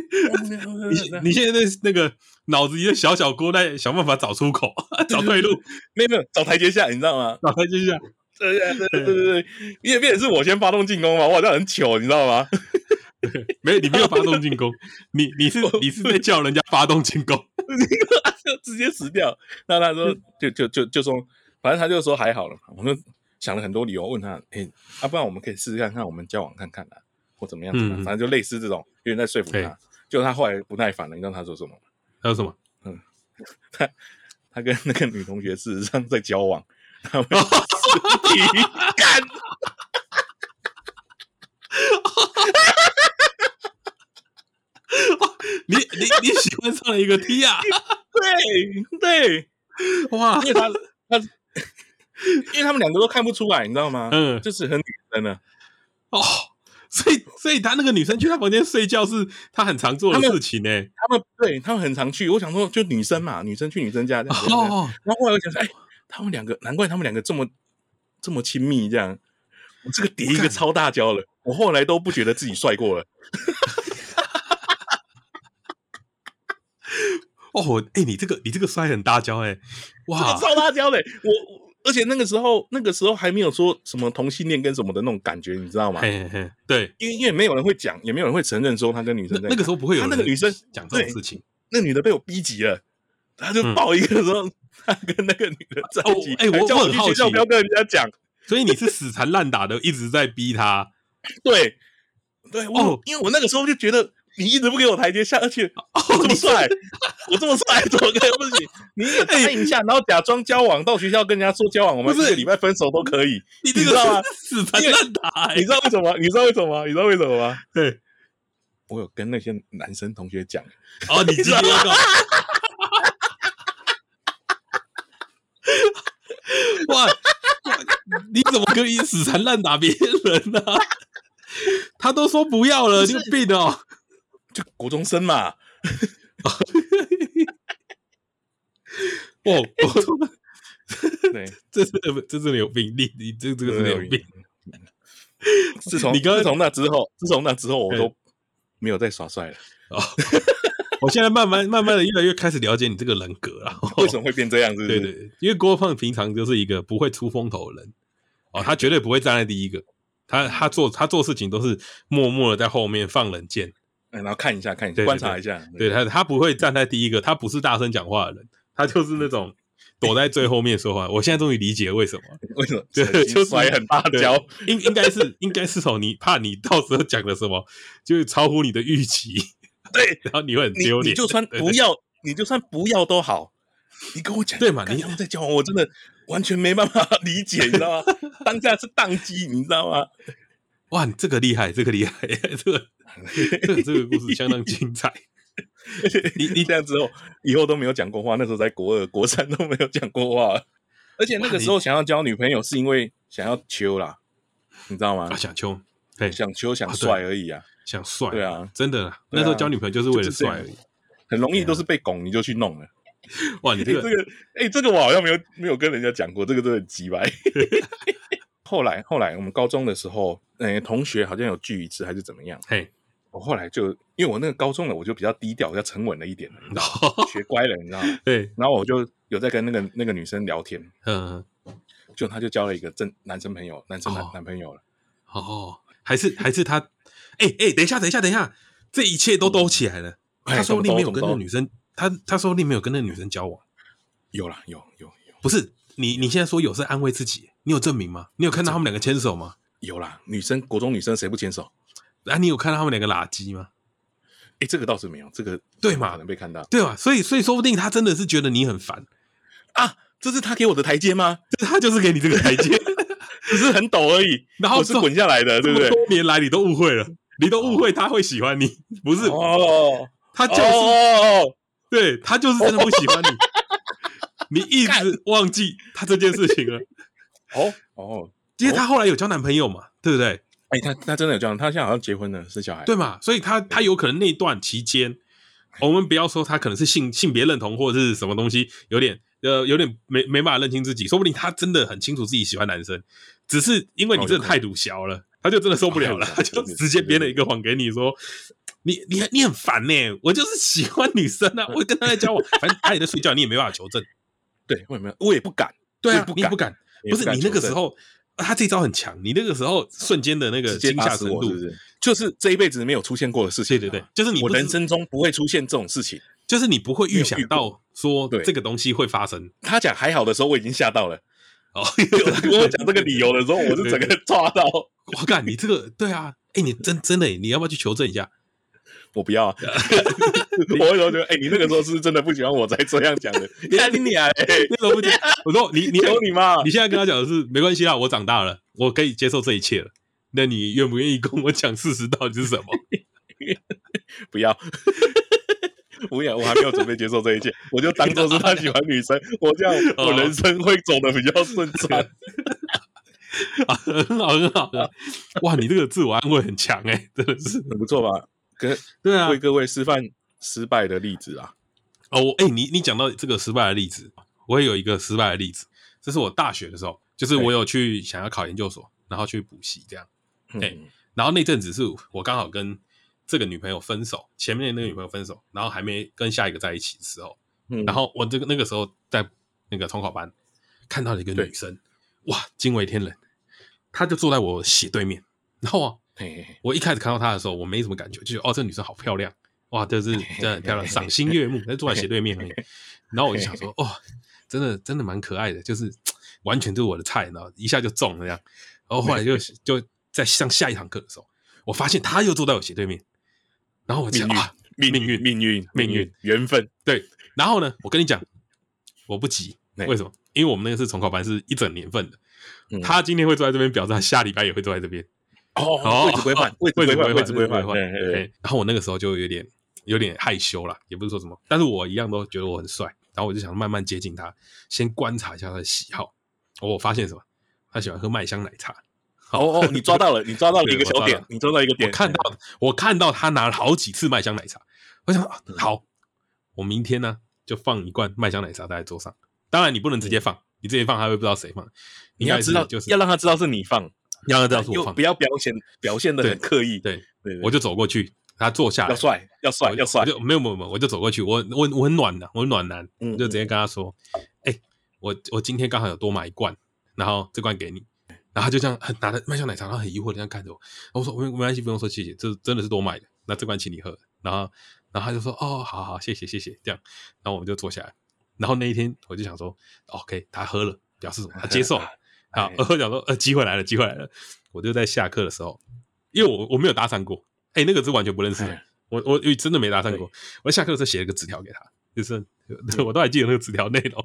Speaker 2: (laughs) 你你现在那那个脑子里的小小锅，在想办法找出口， (laughs) 找退路，
Speaker 1: (laughs) (laughs) 没有没有找台阶下，你知道吗？
Speaker 2: 找台阶下。
Speaker 1: 对啊对对对对对，因为变成是我先发动进攻嘛，我好像很糗，你知道吗？ (laughs)
Speaker 2: 没有，你没有发动进攻，你你是你是在叫人家发动进攻。
Speaker 1: 就直接死掉。那他
Speaker 2: 嗯
Speaker 1: 说就就就就说，反正他就说还好了嘛。我就想了很多理由问他，哎、啊，不然我们可以试试看看，我们交往看看啊，或怎么样怎么样，
Speaker 2: 嗯
Speaker 1: 反正就类似这种，有点在说服
Speaker 2: 对
Speaker 1: 他。 (laughs) 就他后来不耐烦了，你知道他说什么吗？
Speaker 2: 还有什么？
Speaker 1: 他他跟那个女同学事实上在交往，他们
Speaker 2: (laughs)
Speaker 1: 干。
Speaker 2: 你你你喜欢上了一个 T 啊？
Speaker 1: 对对， (laughs)
Speaker 2: 哇，
Speaker 1: 因为他他，因为他们两个都看不出来，你知道吗？
Speaker 2: 嗯
Speaker 1: 就是很女生啊的，
Speaker 2: 哦，所以所以他那个女生去他房间睡觉是他很常做的事情呢、
Speaker 1: 他们对他们很常去。我想说，就女生嘛，女生去女生家这样子。这样
Speaker 2: 哦，
Speaker 1: 然后后来我想说，哎，他们两个，难怪他们两个这么这么亲密，这样。我这个叠一个
Speaker 2: 干
Speaker 1: 超大跤了，我后来都不觉得自己帅过了。
Speaker 2: 哦，哎、你这个你这个摔很大跤哎、哎
Speaker 1: 这个
Speaker 2: 哇，
Speaker 1: 超大跤嘞，我我而且那个时候，那个时候还没有说什么同性恋跟什么的那种感觉，你知道吗？
Speaker 2: 嘿嘿嘿，对，
Speaker 1: 因为因为没有人会讲，也没有人会承认说他跟女
Speaker 2: 那
Speaker 1: 生在
Speaker 2: 那个时候不会有
Speaker 1: 他
Speaker 2: 人
Speaker 1: 那个女生
Speaker 2: 讲这种事情。
Speaker 1: 那女的被我逼急了，她就
Speaker 2: 嗯
Speaker 1: 抱一个说、她跟那个女的在一起，
Speaker 2: 哦哎我
Speaker 1: 还叫
Speaker 2: 我
Speaker 1: 我
Speaker 2: 很
Speaker 1: 去
Speaker 2: 好
Speaker 1: 学校
Speaker 2: 奇
Speaker 1: 不要跟人家讲，
Speaker 2: 所以你是死缠烂打的，一直在逼他。
Speaker 1: 对对，我、
Speaker 2: 哦
Speaker 1: 因为我那个时候就觉得你一直不给我台阶下，而且
Speaker 2: 哦
Speaker 1: 我这么
Speaker 2: 你是
Speaker 1: 帅，我这么帅，怎么可以不行？ (laughs) 你也答应一下，然后假装交往，到学校跟人家说交往，我们
Speaker 2: 不是
Speaker 1: 一个礼拜分手都可以。你
Speaker 2: 你这
Speaker 1: 知道吗
Speaker 2: 个是死缠烂打、
Speaker 1: 你
Speaker 2: 欸
Speaker 1: 知，道为什么吗？你知道为什么吗？你知道为什么吗？
Speaker 2: 对，
Speaker 1: 我有跟那些男生同学讲，
Speaker 2: 哦，你今天要 (laughs) 哇，哇你怎么可以死缠烂打别人呢、 (laughs) 他都说不要
Speaker 1: 不
Speaker 2: 了，你
Speaker 1: 是
Speaker 2: 有病 (laughs) 哦！
Speaker 1: 就国中生 (laughs) 嘛，
Speaker 2: 哇，哦我 (laughs)
Speaker 1: 对，
Speaker 2: 这真的这真的有病，你你这这个真的有病。。
Speaker 1: 自从
Speaker 2: 你刚刚
Speaker 1: 自从那之后，自从那之后，我都没有再耍帅了。
Speaker 2: 哦，我现在慢慢慢慢的越来越开始了解你这个人格了。
Speaker 1: 为什么会变这样？是不
Speaker 2: 对
Speaker 1: 是？
Speaker 2: 对，因为郭胖平常就是一个不会出风头的人，哦，他绝对不会站在第一个，他他做他做事情都是默默的在后面放冷箭，
Speaker 1: 嗯然后看一下，看一下，
Speaker 2: 对对
Speaker 1: 观察一下。
Speaker 2: 对他他不会站在第一个，他不是大声讲话的人，他就是那种躲在最后面说话。我现在终于理解为什么，
Speaker 1: 为什么？
Speaker 2: 对
Speaker 1: 曾经
Speaker 2: 就是
Speaker 1: 摔很大
Speaker 2: 对
Speaker 1: 跤。
Speaker 2: 应应该是应该是哦，你怕你到时候讲的什么就是超乎你的预期，
Speaker 1: 对，
Speaker 2: 然后你会很
Speaker 1: 你
Speaker 2: 丢
Speaker 1: 你
Speaker 2: 脸，
Speaker 1: 就算
Speaker 2: 对
Speaker 1: 不要，你就算不要都好，你跟我讲
Speaker 2: 对嘛
Speaker 1: 干
Speaker 2: 你
Speaker 1: 他们在交往，我真的完全没办法 (laughs) 理解，你知道吗？当下是宕机，你知道吗？
Speaker 2: 哇，你这个厉害，这个厉害， (laughs) 这个这个这个故事相当
Speaker 1: (laughs)
Speaker 2: 精彩。
Speaker 1: 你你这样之后，以后都没有讲过话。那时候在国二、国三都没有讲过话，而且那个时候想要交女朋友，是因为想要秋啦，你知道吗
Speaker 2: 啊，？想秋，对，
Speaker 1: 想秋想
Speaker 2: 啊对
Speaker 1: 帅而已啊，
Speaker 2: 想帅，
Speaker 1: 对啊，
Speaker 2: 真的啦，那时候交女朋友就是为了帅而已。
Speaker 1: 很容
Speaker 2: 啊
Speaker 1: 易都是被拱你就去弄了。
Speaker 2: 哇，你
Speaker 1: 哎
Speaker 2: 这
Speaker 1: (laughs) 这
Speaker 2: (laughs) 个
Speaker 1: 个，哎，这个我好像没有没有跟人家讲过，这个真的很鸡
Speaker 2: (laughs)
Speaker 1: 掰。后来后来我们高中的时候，哎，同学好像有聚一次还是怎么样，
Speaker 2: 嘿，
Speaker 1: 我后来就因为我那个高中的我就比较低调，比较沉稳了一点，
Speaker 2: 然后
Speaker 1: 学乖了，你知道吗？
Speaker 2: 哦对，
Speaker 1: 然后我就有在跟那个那个女生聊天，
Speaker 2: 嗯，
Speaker 1: 就她就交了一个正男生朋友，男生男、
Speaker 2: 哦
Speaker 1: 男朋友了。
Speaker 2: 哦，还是还是他，哎哎，等一下，等一下，等一下，这一切都兜起来了。
Speaker 1: 哎
Speaker 2: 他说不定没有跟
Speaker 1: 怎
Speaker 2: 那
Speaker 1: 么
Speaker 2: 个
Speaker 1: 兜
Speaker 2: 女生，他他说不定没有跟那个女生交往。
Speaker 1: 有啦，有有有
Speaker 2: 不是你，你现在说有是安慰自己，你有证明吗？你有看到他们两个牵手吗？
Speaker 1: 有啦，女生国中女生谁不牵手？
Speaker 2: 啊，你有看到他们两个垃圾吗？
Speaker 1: 哎，这个倒是没有，这个
Speaker 2: 对嘛
Speaker 1: 可能被看到
Speaker 2: 对吧？所以所以说不定他真的是觉得你很烦，
Speaker 1: 啊。这是他给我的台阶吗？
Speaker 2: 他就是给你这个
Speaker 1: (laughs)
Speaker 2: 台阶。
Speaker 1: 只是很陡而已，
Speaker 2: 然后
Speaker 1: 我是滚下来的，对不对
Speaker 2: 这么？多年来你都误会了，你都误会他会喜欢你，不是？
Speaker 1: 哦，
Speaker 2: 他就是、
Speaker 1: 哦，
Speaker 2: 对他就是真的不喜欢你，你一直忘记他这件事情 (laughs) 了，
Speaker 1: 哦哦，
Speaker 2: 因为他后来有交男朋友嘛，对不对？
Speaker 1: 哎，他他真的有这样，他现在好像结婚了，生小孩，
Speaker 2: 对嘛，所以他他有可能那段期间，我们不要说他可能是性性别认同或者是什么东西，有点呃有点没没办法认清自己，说不定他真的很清楚自己喜欢男生，只是因为你这个态度小了，他就真的受不了了，
Speaker 1: 哦
Speaker 2: (laughs) 他就直接编了一个谎给你说。你你你很烦呢、我就是喜欢女生啊，我跟她在交往，反正她也在睡觉，你也没办法求证。
Speaker 1: 对，我也没有，我也不敢，
Speaker 2: (laughs) 对
Speaker 1: 我
Speaker 2: 啊
Speaker 1: 也，不
Speaker 2: 你也
Speaker 1: 敢
Speaker 2: 不敢，
Speaker 1: 也
Speaker 2: 不是
Speaker 1: 敢
Speaker 2: 你那个
Speaker 1: 求证
Speaker 2: 时候，啊他这招很强，你那个时候瞬间的那个
Speaker 1: 直接
Speaker 2: 惊
Speaker 1: 打
Speaker 2: 吓
Speaker 1: 死
Speaker 2: 程
Speaker 1: 我，
Speaker 2: 度，
Speaker 1: 是不是？就是这一辈子没有出现过的事情
Speaker 2: 对
Speaker 1: 啊，
Speaker 2: 对对，就是你
Speaker 1: 我
Speaker 2: 不知
Speaker 1: 人，生中不会出现这种事情。
Speaker 2: 就是你不会
Speaker 1: 没
Speaker 2: 预
Speaker 1: 有
Speaker 2: 想
Speaker 1: 遇过
Speaker 2: 到说
Speaker 1: 对
Speaker 2: 这个东西会发生
Speaker 1: 他讲还好的时候，我已经吓到了；
Speaker 2: 哦。
Speaker 1: (laughs) 有人跟我讲这个理由的时候，我是整个抓到，
Speaker 2: 我干，你这个对啊，哎，你真真的耶，你要不要去求证一下？
Speaker 1: 我不要 (laughs) 啊！我那时候觉得，哎，你那个时候是不是真的不喜欢我才这样讲的？ (laughs) 你看你啊，哎，
Speaker 2: 那时候
Speaker 1: (laughs)
Speaker 2: 不讲，我说你你
Speaker 1: 有你妈！啊
Speaker 2: 你现在跟他讲的是没关系啦，我长大了，我可以接受这一切了。那你愿不愿意跟我讲事实到底是什么？ (laughs)
Speaker 1: 不要。 (laughs) 我跟你讲，我还没有准备接受这一切，我就当做是他喜欢女生，我这样
Speaker 2: 哦
Speaker 1: 我人生会走的比较顺畅。
Speaker 2: 啊，很好很好，很好哇，你这个自我安慰很强哎、真的是。
Speaker 1: (laughs) 很不错吧？跟
Speaker 2: 对啊
Speaker 1: 为各位示范失败的例子啊。
Speaker 2: 哦，我哎、你你讲到这个失败的例子，我也有一个失败的例子。这是我大学的时候，就是我有去想要考研究所，然后去补习这样。对
Speaker 1: 嗯，
Speaker 2: 然后那阵子是我刚好跟这个女朋友分手，前面的那个女朋友分手，然后还没跟下一个在一起的时候，
Speaker 1: 嗯
Speaker 2: 然后我这个那个时候在那个重考班，看到了一个
Speaker 1: 对
Speaker 2: 女生，哇，惊为天人，她就坐在我斜对面，然后啊，
Speaker 1: 嘿嘿嘿，
Speaker 2: 我一开始看到她的时候，我没什么感觉，就觉得哦，这女生好漂亮，哇，
Speaker 1: (laughs)
Speaker 2: 就是真的很漂亮，赏心悦目，她坐在斜对面而已。然后我就想说，哦，真的真的蛮可爱的，就是嘖完全就是我的菜，然后一下就中了这样。然后后来就就在上下一堂课的时候，我发现她又坐在我斜对面，然后我就
Speaker 1: 命
Speaker 2: 想
Speaker 1: 运
Speaker 2: 啊，命运
Speaker 1: 命运，
Speaker 2: 命运，
Speaker 1: 缘分，
Speaker 2: 对，然后呢，我跟你讲，我不急，
Speaker 1: 对
Speaker 2: 为什么？因为我们那个是重考班，是一整年份的。
Speaker 1: 哎嗯
Speaker 2: 他今天会坐在这边，表示他下礼拜也会坐在这边。
Speaker 1: 哦，位置规范，
Speaker 2: 位
Speaker 1: 位规
Speaker 2: 置规
Speaker 1: 范，
Speaker 2: 位
Speaker 1: 位
Speaker 2: 置
Speaker 1: 置规
Speaker 2: 规范
Speaker 1: 范，。对对哦对
Speaker 2: 哎然后我那个时候就有点有点害羞啦，也不是说什么，但是我一样都觉得我很帅。然后我就想慢慢接近他，先观察一下他的喜好。哦我发现什么？他喜欢喝麦香奶茶。
Speaker 1: 哦哦，你抓到了，你抓到了
Speaker 2: 对
Speaker 1: 一个
Speaker 2: 我抓
Speaker 1: 小点
Speaker 2: 到，
Speaker 1: 你抓到一个
Speaker 2: 我
Speaker 1: 点，
Speaker 2: 看到我看到他拿了好几次麦香奶茶，我想、啊、
Speaker 1: 嗯
Speaker 2: 好，我明天呢就放一罐麦香奶茶在桌上。当然你不能直接放，你直接放他会不知道谁放。
Speaker 1: 嗯你要
Speaker 2: 应该是
Speaker 1: 知道，
Speaker 2: 就是
Speaker 1: 要让他知道是你放，
Speaker 2: 要让他知道是我
Speaker 1: 又
Speaker 2: 放
Speaker 1: 不。要表现表现的
Speaker 2: 对
Speaker 1: 很刻意，
Speaker 2: 对，
Speaker 1: 对，对
Speaker 2: 我就走过去，他坐下来，
Speaker 1: 要帅，要帅
Speaker 2: 我，就
Speaker 1: 要帅
Speaker 2: 我，就没有没有没有，我就走过去，我我我很暖的，我很暖男，
Speaker 1: 嗯
Speaker 2: 我就直接跟他说，哎、我我今天刚好有多买一罐，然后这罐给你。然后他就这样很拿着麦香奶茶，然后很疑惑的这样看着我。然后我说没没关系，不用说谢谢，这真的是多买的。那这罐请你喝。然后然后他就说哦，好好谢谢谢谢这样。然后我们就坐下来。然后那一天我就想说，OK，他哦喝了，表示什
Speaker 1: (laughs)
Speaker 2: 么？他接受了。好
Speaker 1: 哎，
Speaker 2: (laughs) 我想说呃，机会来了，机会来了。我就在下课的时候，因为我我没有搭讪过，哎，那个是完全不认识的
Speaker 1: 哎。
Speaker 2: 我我因为真的没搭讪过，我下课的时候写了个纸条给他，就是 (laughs) 我都还记得那个纸条内容。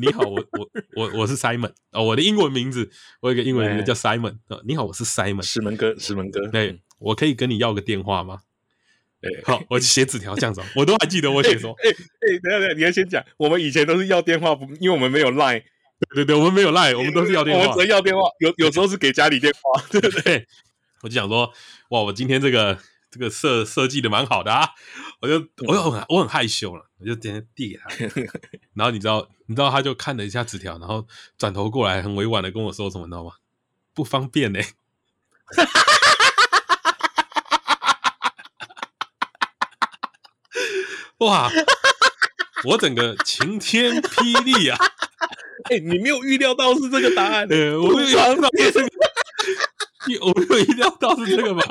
Speaker 2: 你你好，我 (laughs) 我我我是 Simon 哦，我的英文名字，我有一个英文名字叫 Simon 哦。你好，我是嗯 Simon，
Speaker 1: 石门哥，石门哥，
Speaker 2: 对我可以跟你要个电话吗？
Speaker 1: 对，
Speaker 2: 好，我就写纸条这样子哦，我都还记得我写什么。
Speaker 1: 哎哎，等一下等一下，你要先讲，我们以前都是要电话，不，因为我们没有 Line，
Speaker 2: 对对对，我们没有赖，我们都是要电
Speaker 1: 我
Speaker 2: 话
Speaker 1: 们只。能要电话，有有时候是给家里电话，对对
Speaker 2: (laughs) 对，我就想说，哇，我今天这个这个设设计的蛮好的啊，我就我就很我很害羞了，我就直接递给 (laughs) 他，然后你知道你知道他就看了一下纸条，然后转头过来很委婉的跟我说什么，你知道吗？不方便呢、 (laughs) 哇！我整个晴天霹雳 (laughs) 啊！
Speaker 1: 哎，你没有预料到是这个答案，
Speaker 2: 呃， (laughs) 我没有想到是这个，你 (laughs) 我没有意料到是这
Speaker 1: (laughs)
Speaker 2: 个吧？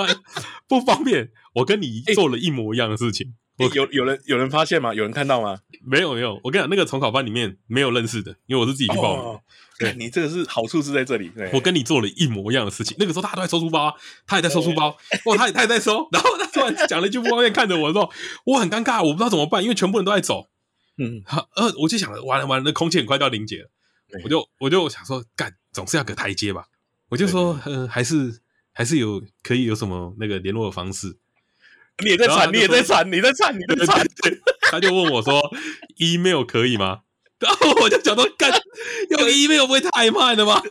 Speaker 2: 不方便，我跟你做了一模一样的事情。我
Speaker 1: 哎有有人有人发现吗？有人看到吗？
Speaker 2: 没有没有，我跟你讲，那个重考班里面没有认识的，因为我是自己去报名的。
Speaker 1: 哦，看你这个是好处是在这里，对
Speaker 2: 我跟你做了一模一样的事情。那个时候大家都在收书包啊，他也在收书包，哇，他也他也在收。然后他突然讲了一句不方便，看着我说，我很尴尬，我不知道怎么办，因为全部人都在走。
Speaker 1: 嗯，
Speaker 2: 好呃，我就想了，完了完了，那空气很快到临界了，
Speaker 1: 对
Speaker 2: 我就我就想说，干，总是要个台阶吧。我就说，呃，还是还是有可以有什么那个联络的方式。
Speaker 1: 你也在
Speaker 2: 然后
Speaker 1: 惨，
Speaker 2: 他就
Speaker 1: 你也
Speaker 2: 说
Speaker 1: 在惨，你在惨，你在惨，
Speaker 2: 他就问我说，email 可以吗？然后我就想说，
Speaker 1: (laughs)
Speaker 2: 干，用 email 不会太慢了吗？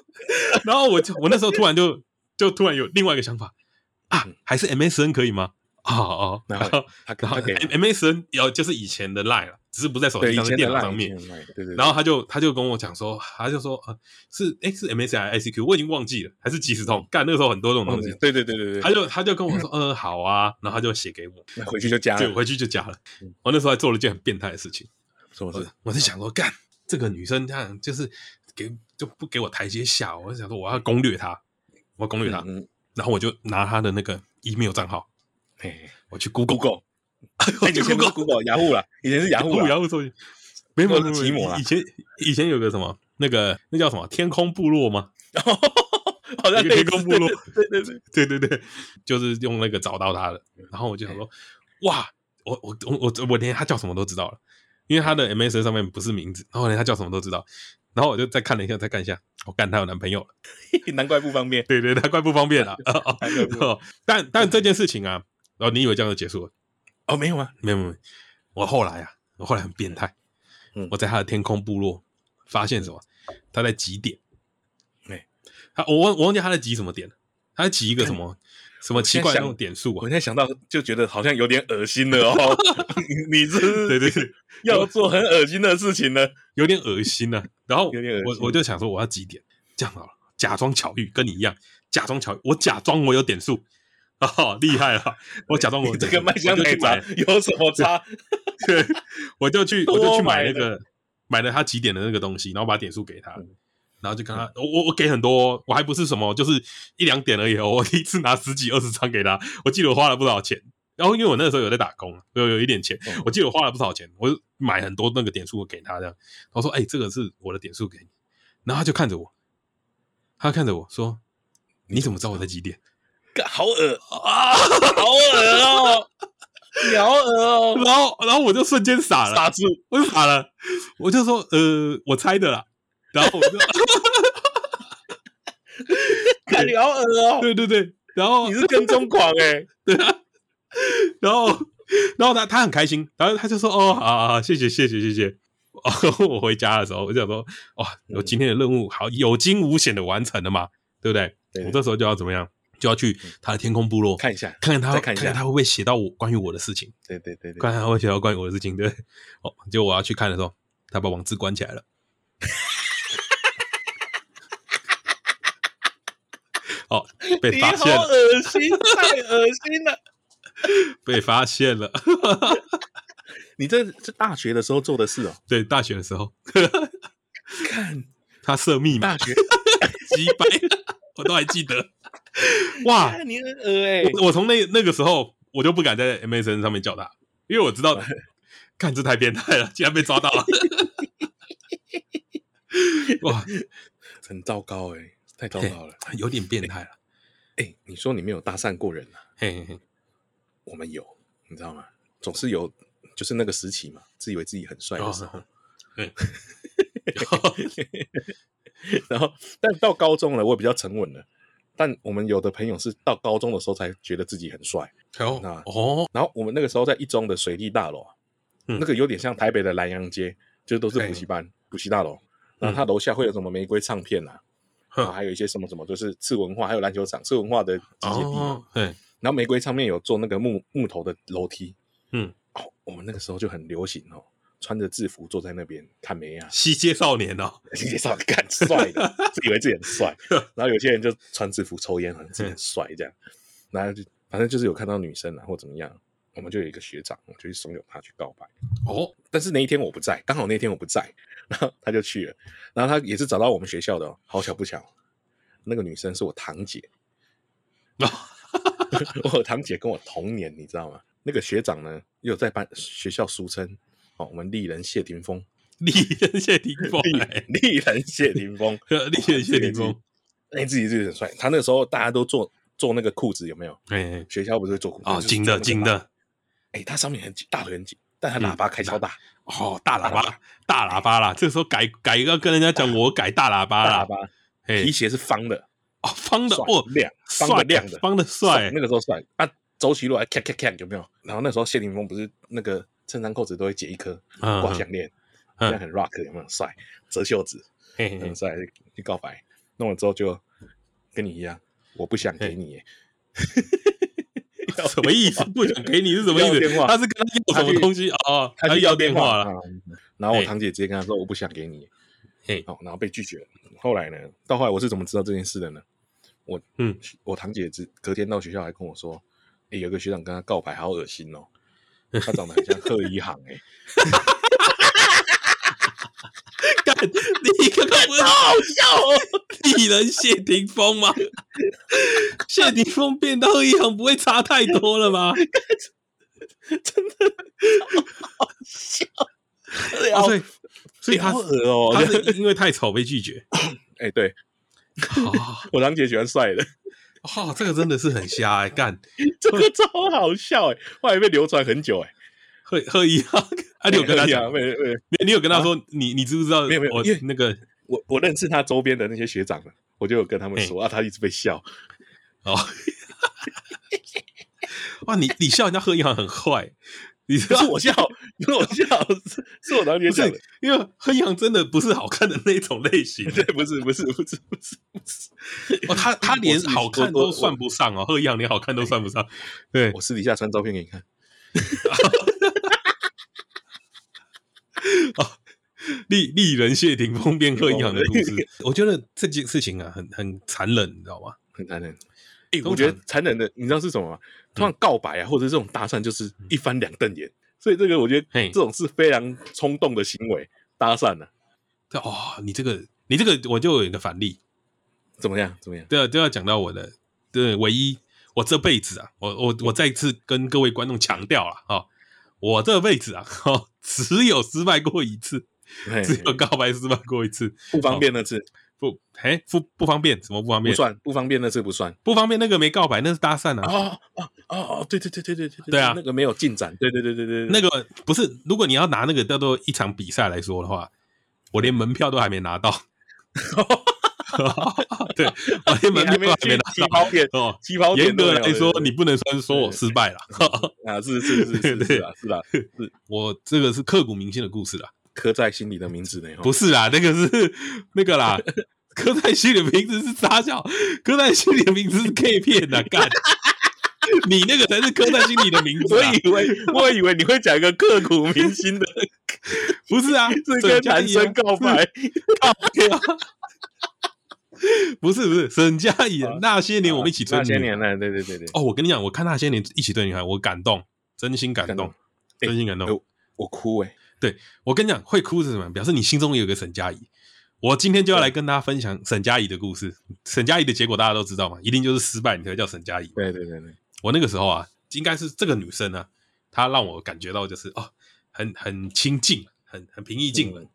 Speaker 2: 然后我就我那时候突然就就突然有另外一个想法啊，
Speaker 1: 嗯
Speaker 2: 还是 MSN 可以吗？哦哦，
Speaker 1: 然
Speaker 2: 然
Speaker 1: 后
Speaker 2: 后
Speaker 1: 他
Speaker 2: 然后
Speaker 1: 他给
Speaker 2: MSN 有就是以前的 Line 了，只是不在手
Speaker 1: 对
Speaker 2: 机
Speaker 1: 以
Speaker 2: 上，在
Speaker 1: 前
Speaker 2: 电
Speaker 1: 的
Speaker 2: 脑
Speaker 1: Line，
Speaker 2: 上面。
Speaker 1: 以前的 Line，对对，
Speaker 2: 然后他就他就跟我讲说，他就说，呃，是哎是 MSI 还是 ICQ，我已经忘记了，还是即时通，干那个时候很多这种
Speaker 1: 对
Speaker 2: 东西，
Speaker 1: 嗯对对对对对，
Speaker 2: 他就他就跟
Speaker 1: (laughs)
Speaker 2: 我说，呃，好啊，然后他就写给我，
Speaker 1: 那回去就加
Speaker 2: 就我
Speaker 1: 了，
Speaker 2: 回去就加了
Speaker 1: 嗯。
Speaker 2: 我那时候还做了一件很变态的事情，
Speaker 1: 什么
Speaker 2: 我
Speaker 1: 事？
Speaker 2: 我在想说，干这个女生这样就是给就不给我台阶下，我就想说我要攻略她，我要攻略她，
Speaker 1: 嗯，
Speaker 2: 然后我就拿她的那个 email 账号，
Speaker 1: 哎
Speaker 2: 我去
Speaker 1: (laughs)
Speaker 2: Google，
Speaker 1: ，Google，
Speaker 2: 我
Speaker 1: 哎，以
Speaker 2: 去
Speaker 1: 前不是
Speaker 2: Google
Speaker 1: Google 雅虎啦，以前是雅虎啦，
Speaker 2: 然后搜，没有没有没
Speaker 1: 或
Speaker 2: 有
Speaker 1: 者啊是奇摩啦
Speaker 2: 以前以前有个什么那个那叫什么天空部落吗？ (laughs)
Speaker 1: 好像
Speaker 2: 一个
Speaker 1: 类
Speaker 2: 天
Speaker 1: 似
Speaker 2: 空部落，
Speaker 1: 对对对，
Speaker 2: 对对对，就是用那个找到他的。然后我就想说，哇，我我我我我连他叫什么都知道了，因为他的 MSN 上面不是名字，然后我连他叫什么都知道。然后我就再看了一下，再看一下，我、干他有男朋友了， (laughs)
Speaker 1: 对 (laughs) 难怪不方便，
Speaker 2: 对对，他怪不方便了、 (laughs) 哦
Speaker 1: 难怪不方便
Speaker 2: 哦但但这件事情啊，哦，你以为这样就结束了？
Speaker 1: (laughs) 哦，没有啊，
Speaker 2: 没有没有，没有我后来啊，我后来很变态，
Speaker 1: 嗯
Speaker 2: 我在他的天空部落发现什么？他在几点？
Speaker 1: 哎
Speaker 2: 他我忘我忘记他在几什么点了，他在几一个什么什么奇怪的那种点数啊
Speaker 1: 我？现在想到就觉得好像有点恶心了哦， (laughs) 你你这是
Speaker 2: 对对对，
Speaker 1: 要做很恶心的事情呢，
Speaker 2: 有点恶心呢、然后
Speaker 1: 有点恶
Speaker 2: 我
Speaker 1: 心
Speaker 2: 我就想说，我要几点？这样好了，假装巧遇，跟你一样，假装巧遇，我假装我有点数，哦，厉害了！我假装我有
Speaker 1: 你这
Speaker 2: 点
Speaker 1: 个
Speaker 2: 数
Speaker 1: 麦香
Speaker 2: 我就
Speaker 1: 奶
Speaker 2: 去
Speaker 1: (laughs)
Speaker 2: 买
Speaker 1: 茶有什么差？
Speaker 2: 对，我就去我就去买那个，买了他几点的那个东西，然后把点数给他，然后就跟他，我我我给很多哦，我还不是什么，就是一两点而已哦，我一次拿十几二十张给他，我记得我花了不少钱。然后因为我那时候有在打工啊，有有一点钱
Speaker 1: 嗯，
Speaker 2: 我记得我花了不少钱，我就买很多那个点数给他这样。我说：“哎、这个是我的点数给你。”然后他就看着我，他看着我说：“你怎么知道我在几点 (laughs)
Speaker 1: 干好恶，哦
Speaker 2: 啊？”
Speaker 1: 好恶哦，你好恶哦， (laughs)
Speaker 2: 然后然后我就瞬间傻了，
Speaker 1: 傻住，
Speaker 2: 我就傻了，我就说：“呃，我猜的啦。”然后我就
Speaker 1: 干你好恶哦， (laughs)
Speaker 2: 对对对，然后
Speaker 1: 你是跟踪狂哎，
Speaker 2: 然后，然后他他很开心，然后他就说：“哦，好好好，谢谢谢谢谢谢。” (laughs) 哦，我回家的时候，我就想说：“哇、
Speaker 1: 嗯
Speaker 2: 我今天的任务好有惊无险的完成了嘛，对不对？”
Speaker 1: 对嗯
Speaker 2: 我这时候就要怎么样？就要去他的天空部落
Speaker 1: 看一下，
Speaker 2: 看看他
Speaker 1: 再看
Speaker 2: 看
Speaker 1: 一下
Speaker 2: 看他会不会写到我关于我的事情，
Speaker 1: 对对对对，
Speaker 2: 看看他会写到关于我的事情，对不对。 (laughs) 哦，结果我要去看的时候，他把网志关起来了。 (laughs) 哦，被
Speaker 1: 你
Speaker 2: 发
Speaker 1: 好
Speaker 2: 现了，
Speaker 1: 恶心，太恶心了。
Speaker 2: 被发现了。
Speaker 1: (laughs)
Speaker 2: (laughs)
Speaker 1: 你这是大学的时候做的事哦，
Speaker 2: 对，大学的时候，
Speaker 1: 看
Speaker 2: 他设密码
Speaker 1: 大，学，
Speaker 2: 击败， (laughs) 我都还记得。 (laughs) 哇，
Speaker 1: (laughs) 看你很恶哎，
Speaker 2: 我我从那那个时候，我就不敢在 MSN 上面叫他，因为我知道，看这太变态了， (laughs) 竟然被抓到了。哇，
Speaker 1: 很糟糕哎，太糟糕了。
Speaker 2: 有点变态了。哦
Speaker 1: 哎，你说你没有搭讪过人啊？
Speaker 2: 嘿嘿嘿，
Speaker 1: 我们有，你知道吗？总是有，就是那个时期嘛，自以为自己很帅的时候。
Speaker 2: 哦对，
Speaker 1: (laughs)
Speaker 2: (laughs)
Speaker 1: 然后，但到高中了，我也比较沉稳了。但我们有的朋友是到高中的时候才觉得自己很帅。
Speaker 2: 哦哦，
Speaker 1: 然后我们那个时候在一中的水利大楼啊，
Speaker 2: 嗯哎
Speaker 1: 那个有点像台北的南洋街，就是都是补习班、补习大楼。
Speaker 2: 嗯
Speaker 1: 然后它楼下会有什么玫瑰唱片啊，
Speaker 2: 哼
Speaker 1: 然后还有一些什么什么，就是次文化，还有篮球场，次文化的集结地。
Speaker 2: 哦，对，
Speaker 1: 然后玫瑰唱片有做那个木木头的楼梯，
Speaker 2: 嗯，
Speaker 1: 哦，我们那个时候就很流行哦，穿着制服坐在那边看梅亚， (laughs)
Speaker 2: 西街少年哦，
Speaker 1: 介绍干帅的，自以为自己很帅，然后有些人就穿制服抽烟，好像自己很帅这样，然后就反正就是有看到女生啊或怎么样，我们就有一个学长，我就去怂恿他去告白，
Speaker 2: (laughs) 哦，
Speaker 1: 但是那一天我不在，刚好那天我不在， (laughs) 然后他就去了，然后他也是找到我们学校的、哦，好巧不巧，那个女生是我堂姐，
Speaker 2: 哦
Speaker 1: (laughs) 我堂姐跟我同年，你知道吗？那个学长呢，又在班学校俗称哦，我们丽人谢霆
Speaker 2: (laughs)
Speaker 1: 锋，
Speaker 2: 丽人谢霆锋，
Speaker 1: 丽
Speaker 2: (laughs) 哎
Speaker 1: 丽人谢霆锋，
Speaker 2: 丽人谢 (laughs) 霆锋，
Speaker 1: (laughs) 那自己自己很帅。他那个时候大家都做做那个裤子有没有？
Speaker 2: 哎哎
Speaker 1: 学校不是会做裤子
Speaker 2: 哦，紧的嗯紧，
Speaker 1: 就是做那个喇叭
Speaker 2: 的，
Speaker 1: 哎、它上面很紧，大腿很紧，但它喇叭开超大，
Speaker 2: 哦，大喇叭，大喇叭啦！这时候改改要跟人家讲，我改大喇叭
Speaker 1: 大
Speaker 2: 啦
Speaker 1: 喇。叭，
Speaker 2: 哎
Speaker 1: 皮，鞋是方的，
Speaker 2: 哦，方的
Speaker 1: 帅
Speaker 2: 哦，
Speaker 1: 亮，方
Speaker 2: 帅
Speaker 1: 的亮的，
Speaker 2: 方的帅
Speaker 1: 那，个时候帅啊，走起路来咔咔咔，有没有？然后那时候谢霆锋不是那个衬衫扣子都会解一颗，
Speaker 2: 嗯
Speaker 1: 挂项链，这样
Speaker 2: 嗯，
Speaker 1: 很 rock，有没有？帅，折袖子，
Speaker 2: 嘿嘿
Speaker 1: 很，帅，去告白，弄了之后就跟你一样，我不想给你耶， (laughs)
Speaker 2: 什么意思？不想给你是什么意
Speaker 1: 要电
Speaker 2: 思？
Speaker 1: 话
Speaker 2: 他是跟他要什么东西哦，
Speaker 1: 他
Speaker 2: 去
Speaker 1: 去
Speaker 2: 要
Speaker 1: 要
Speaker 2: 电
Speaker 1: 电
Speaker 2: 话
Speaker 1: 话
Speaker 2: 了。哎
Speaker 1: 啊然后我
Speaker 2: 嘿
Speaker 1: 堂姐直接跟他说我不想给你，
Speaker 2: 嘿
Speaker 1: 哦，然后被拒绝了。后来呢，到后来我是怎么知道这件事的呢？我
Speaker 2: 嗯，
Speaker 1: 我堂姐只隔天到学校还跟我说，诶，有个学长跟他告白，好恶心哦，他长得很像贺一航哎、
Speaker 2: (laughs) 干，你刚刚不是好笑 (laughs) 哦？艺人谢霆锋吗？谢霆锋变到一行不会差太多了 (laughs) 吗？哦所以，所以他
Speaker 1: 好恶哦、
Speaker 2: 他是因为太丑被拒绝。
Speaker 1: 哎、对
Speaker 2: (laughs) 哦
Speaker 1: 我堂姐喜欢帅的， (laughs)
Speaker 2: 哦，这个真的是很瞎哎、干
Speaker 1: 这个超好笑哎、后来被流传很久哎、
Speaker 2: 贺贺一航， (laughs)
Speaker 1: 欸，
Speaker 2: 啊，你有跟他
Speaker 1: 贺一
Speaker 2: 讲
Speaker 1: 航？被被
Speaker 2: 你你有跟他说、你你知不知道我？
Speaker 1: 没有没有
Speaker 2: 我
Speaker 1: 因为
Speaker 2: 那个
Speaker 1: 我我认识他周边的那些学长们，我就有跟他
Speaker 2: 哎
Speaker 1: 们说啊，他一直被笑，
Speaker 2: 哦，哇，你你笑人家贺一航很坏，你知
Speaker 1: 可
Speaker 2: 道
Speaker 1: 是？我笑，不是我笑，是是我堂姐
Speaker 2: 不
Speaker 1: 讲的
Speaker 2: 是，，因为贺一航真的不是好看的那种类型
Speaker 1: 对，不是不是不是不是不是，
Speaker 2: 哦，他他连好看
Speaker 1: 我
Speaker 2: 都算不上哦，贺一航连好看都算不上，对，
Speaker 1: 我私底下传照片给你看，
Speaker 2: 丽丽人谢霆锋变贺一航的故
Speaker 1: 哦
Speaker 2: 事，我觉得这件事情啊，很很残忍，你知道吗？
Speaker 1: 很残忍。
Speaker 2: 哎
Speaker 1: 我觉得残忍的，你知道是什么吗？通常告白啊，或者这种搭讪，就是一翻两瞪眼。所以这个我觉得
Speaker 2: 嘿
Speaker 1: 这种是非常冲动的行为，搭讪了、
Speaker 2: 对哦，你这个你这个我就有一个反例，
Speaker 1: 怎么样？怎么样？
Speaker 2: 对啊，都要讲到我的对唯一，我这辈子啊，我我我再次跟各位观众强调了啊、哦，我这辈子啊， (laughs) 哦，只有失败过一次，
Speaker 1: 嘿
Speaker 2: 只有告白失败过一次，
Speaker 1: 不方便那次
Speaker 2: 不，哎，不不方便，怎么不方
Speaker 1: 不
Speaker 2: 便？
Speaker 1: 算，不方便那次不算。
Speaker 2: 不方便，那个没告白，那是搭讪啊。
Speaker 1: 哦哦哦哦，对对对对对对
Speaker 2: 对啊
Speaker 1: 那个没有进展，对对对对对，
Speaker 2: 那个不是，如果你要拿那个叫做一场比赛来说的话，我连门票都还没拿到。 (laughs) 对，我连门
Speaker 1: 你还没
Speaker 2: 票都还没
Speaker 1: 去
Speaker 2: 拿
Speaker 1: 起
Speaker 2: 到。
Speaker 1: 跑点，
Speaker 2: 哦，
Speaker 1: 起跑点
Speaker 2: 严
Speaker 1: 都没
Speaker 2: 格
Speaker 1: 有
Speaker 2: 来说，
Speaker 1: 对
Speaker 2: 你不能算是说我失败了。
Speaker 1: 啊，是是是是是啊，是啊，
Speaker 2: 我这个是刻骨铭心的故事啦，
Speaker 1: 刻在心里的名字呢，
Speaker 2: 不
Speaker 1: 是
Speaker 2: 是啊啦，那个是 (laughs) 那
Speaker 1: (laughs)
Speaker 2: 个啦，刻在心里的名字是傻笑，刻在心里的名字是 K 片
Speaker 1: (laughs)
Speaker 2: 呐，干，你那个才是刻在心里的名字
Speaker 1: 我
Speaker 2: 啊，
Speaker 1: 以为 (laughs) 我以为你会讲一个刻骨铭
Speaker 2: (laughs)
Speaker 1: 心的，
Speaker 2: 不是啊，
Speaker 1: 是跟男生告白，
Speaker 2: 不是不是沈佳宜
Speaker 1: 啊
Speaker 2: 那些年我们一起追
Speaker 1: 那些
Speaker 2: 女孩
Speaker 1: 年呢，对对对对，
Speaker 2: 哦，我跟你讲，我看那些年一起追女孩，我感动，真心感
Speaker 1: 感动
Speaker 2: 动，真心感动
Speaker 1: 哎。我哭
Speaker 2: 欸
Speaker 1: 哎，
Speaker 2: 我跟你讲，会哭是什么？表示你心中有一个沈佳宜。我今天就要来跟大家分享沈佳宜的故事。沈佳宜的结果大家都知道嘛，一定就是失败，你才叫沈佳宜。
Speaker 1: 对对对对，
Speaker 2: 我那个时候啊，应该是这个女生呢、啊她让我感觉到就是哦，很很亲近，很很平
Speaker 1: 嗯
Speaker 2: 易近人。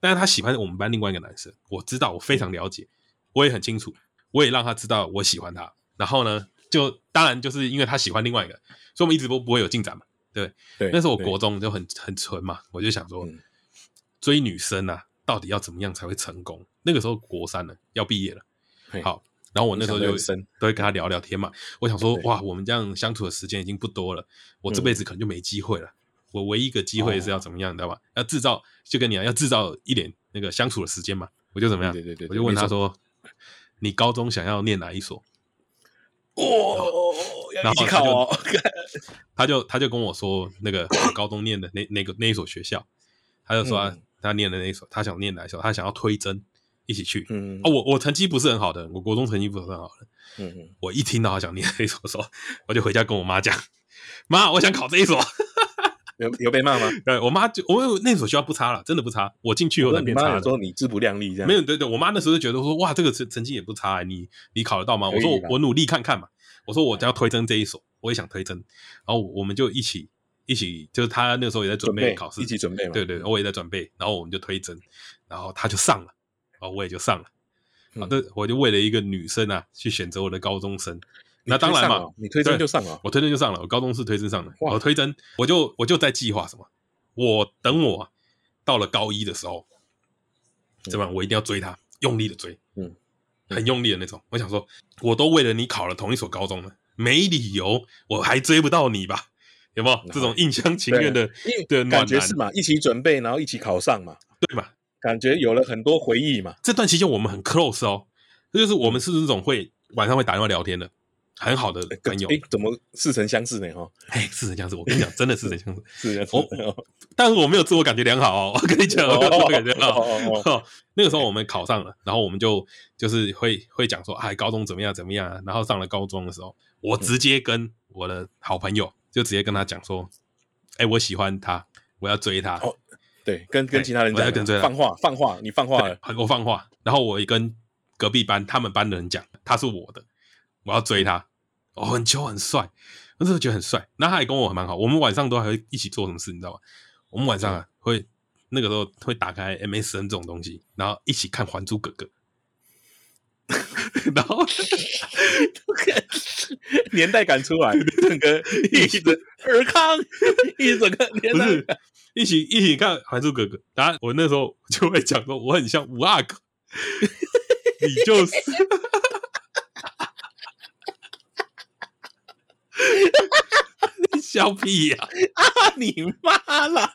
Speaker 2: 但是她喜欢我们班另外一个男生，我知道，我非常了解，我也很清楚，我也让她知道我喜欢她。然后呢，就当然就是因为她喜欢另外一个，所以我们一直都不会有进展嘛。
Speaker 1: 对，
Speaker 2: 那时候我
Speaker 1: 对
Speaker 2: 国中就很很纯嘛，我就想说，
Speaker 1: 嗯
Speaker 2: 追女生啊，到底要怎么样才会成功？那个时候国三了，要毕业了
Speaker 1: 嘿，
Speaker 2: 好，然后我那时候就
Speaker 1: 影响得很深
Speaker 2: 都会跟他聊聊天嘛。我想说，
Speaker 1: 对嗯
Speaker 2: 哇，我们这样相处的时间已经不多了，我这辈子可能就没机会了。我唯一一个机会是要怎么样，你知
Speaker 1: 哦
Speaker 2: 道吧？要制造，就跟你啊，要制造一点那个相处的时间嘛。我就怎么样？
Speaker 1: 对对对对
Speaker 2: 我就问他说，你高中想要念哪一所？
Speaker 1: 哦，要
Speaker 2: 然
Speaker 1: 一起
Speaker 2: 后
Speaker 1: 考哦，
Speaker 2: 他就他就跟我说，
Speaker 1: (coughs)
Speaker 2: 那个我高中念的那那个那一所学校，他就说他,、
Speaker 1: 嗯
Speaker 2: 他念的那一所，他想念哪一所，他想要推甄一起去。
Speaker 1: (laughs) 嗯
Speaker 2: 哦，我我成绩不是很好的，我国中成绩不是很好的。
Speaker 1: 嗯嗯，
Speaker 2: 我一听到他想念那一所的时 (laughs) 候，我就回家跟我妈讲， (laughs) 妈，我想考这一所。 (laughs)
Speaker 1: 有有被骂吗？
Speaker 2: 对我妈就我那所学校不差了，真的不差。我进去以后才
Speaker 1: 你
Speaker 2: 变
Speaker 1: 妈
Speaker 2: 差
Speaker 1: 有
Speaker 2: 的。
Speaker 1: 说你自不量力这样，
Speaker 2: 没有，对对，我妈那时候就觉得说，哇，这个成成绩也不差、啊你你考得到吗？
Speaker 1: 可以
Speaker 2: 我说我
Speaker 1: 啦
Speaker 2: 我努力看看嘛，我说我要推甄这一所，我也想推甄，然后我们就一起一起，就是他那时候也在准
Speaker 1: 准
Speaker 2: 备
Speaker 1: 备
Speaker 2: 考试，
Speaker 1: 一起准备嘛，
Speaker 2: 对对，我也在准备，然后我们就推甄，然后他就上了，哦，我也就上了，
Speaker 1: 嗯
Speaker 2: 好的，我就为了一个女生啊，去选择我的高中生，
Speaker 1: 你
Speaker 2: 那当然
Speaker 1: 推
Speaker 2: 嘛
Speaker 1: 上哦，你推甄
Speaker 2: 对
Speaker 1: 就上了，
Speaker 2: 我推甄就上了，我高中是推甄上的，
Speaker 1: 哇
Speaker 2: 我推甄，我就我就在计划什么，我等我啊到了高一的时候，
Speaker 1: 嗯
Speaker 2: 怎么样，我一定要追她，用力的追，
Speaker 1: 嗯，
Speaker 2: 很用力的那种。我想说，我都为了你考了同一所高中了，没理由我还追不到你吧？有没有这种一厢
Speaker 1: 啊
Speaker 2: 情愿的
Speaker 1: 因为
Speaker 2: 的暖
Speaker 1: 感觉
Speaker 2: 男
Speaker 1: 是？嘛，一起准备，然后一起考上嘛，
Speaker 2: 对吧？
Speaker 1: 感觉有了很多回忆嘛，
Speaker 2: 这段期间我们很 close 哦，这就是我们是那种会晚上会打电话聊天的，很好的朋友。
Speaker 1: 哎，怎么似曾相识呢？哈，
Speaker 2: 哎，似曾相识，我跟你讲，真的似曾相识。
Speaker 1: 是的，
Speaker 2: (laughs) 哦但是我没有自我感觉良好哦，我跟你讲，我没有自我感觉良好。
Speaker 1: 哦
Speaker 2: 哦， (laughs) 那个时候我们考上了，然后我们就就是会会讲说，哎，高中怎么样怎么样啊、然后上了高中的时候，我直接跟我的好朋友就直接跟他讲说，哎，我喜欢他，我要追他，
Speaker 1: 哦 (laughs) 对，跟跟
Speaker 2: 哎
Speaker 1: 其他人
Speaker 2: 我要
Speaker 1: 讲
Speaker 2: 跟追
Speaker 1: 的，
Speaker 2: 他
Speaker 1: 放话放话，你放话了，
Speaker 2: 我放话。然后我也跟隔壁班他们班的人讲，他是我的，我要追他。哦，很秋很帅，我那时候觉得很帅。那他也跟我蛮好，我们晚上都还会一起做什么事，你知道吗？我们晚上啊会那个时候会打开 MSN 这种东西，然后一起看《还珠格 (laughs) 格》。然后
Speaker 1: (laughs) 年代感出
Speaker 2: (laughs)
Speaker 1: 来，整个一整尔康，一整个年
Speaker 2: 不
Speaker 1: 代
Speaker 2: 是
Speaker 1: 感，
Speaker 2: 一起一起看《还珠格格》，然后我那时候就会讲说我很像五阿哥，你就是。你笑屁呀、
Speaker 1: (laughs) 啊你妈啦！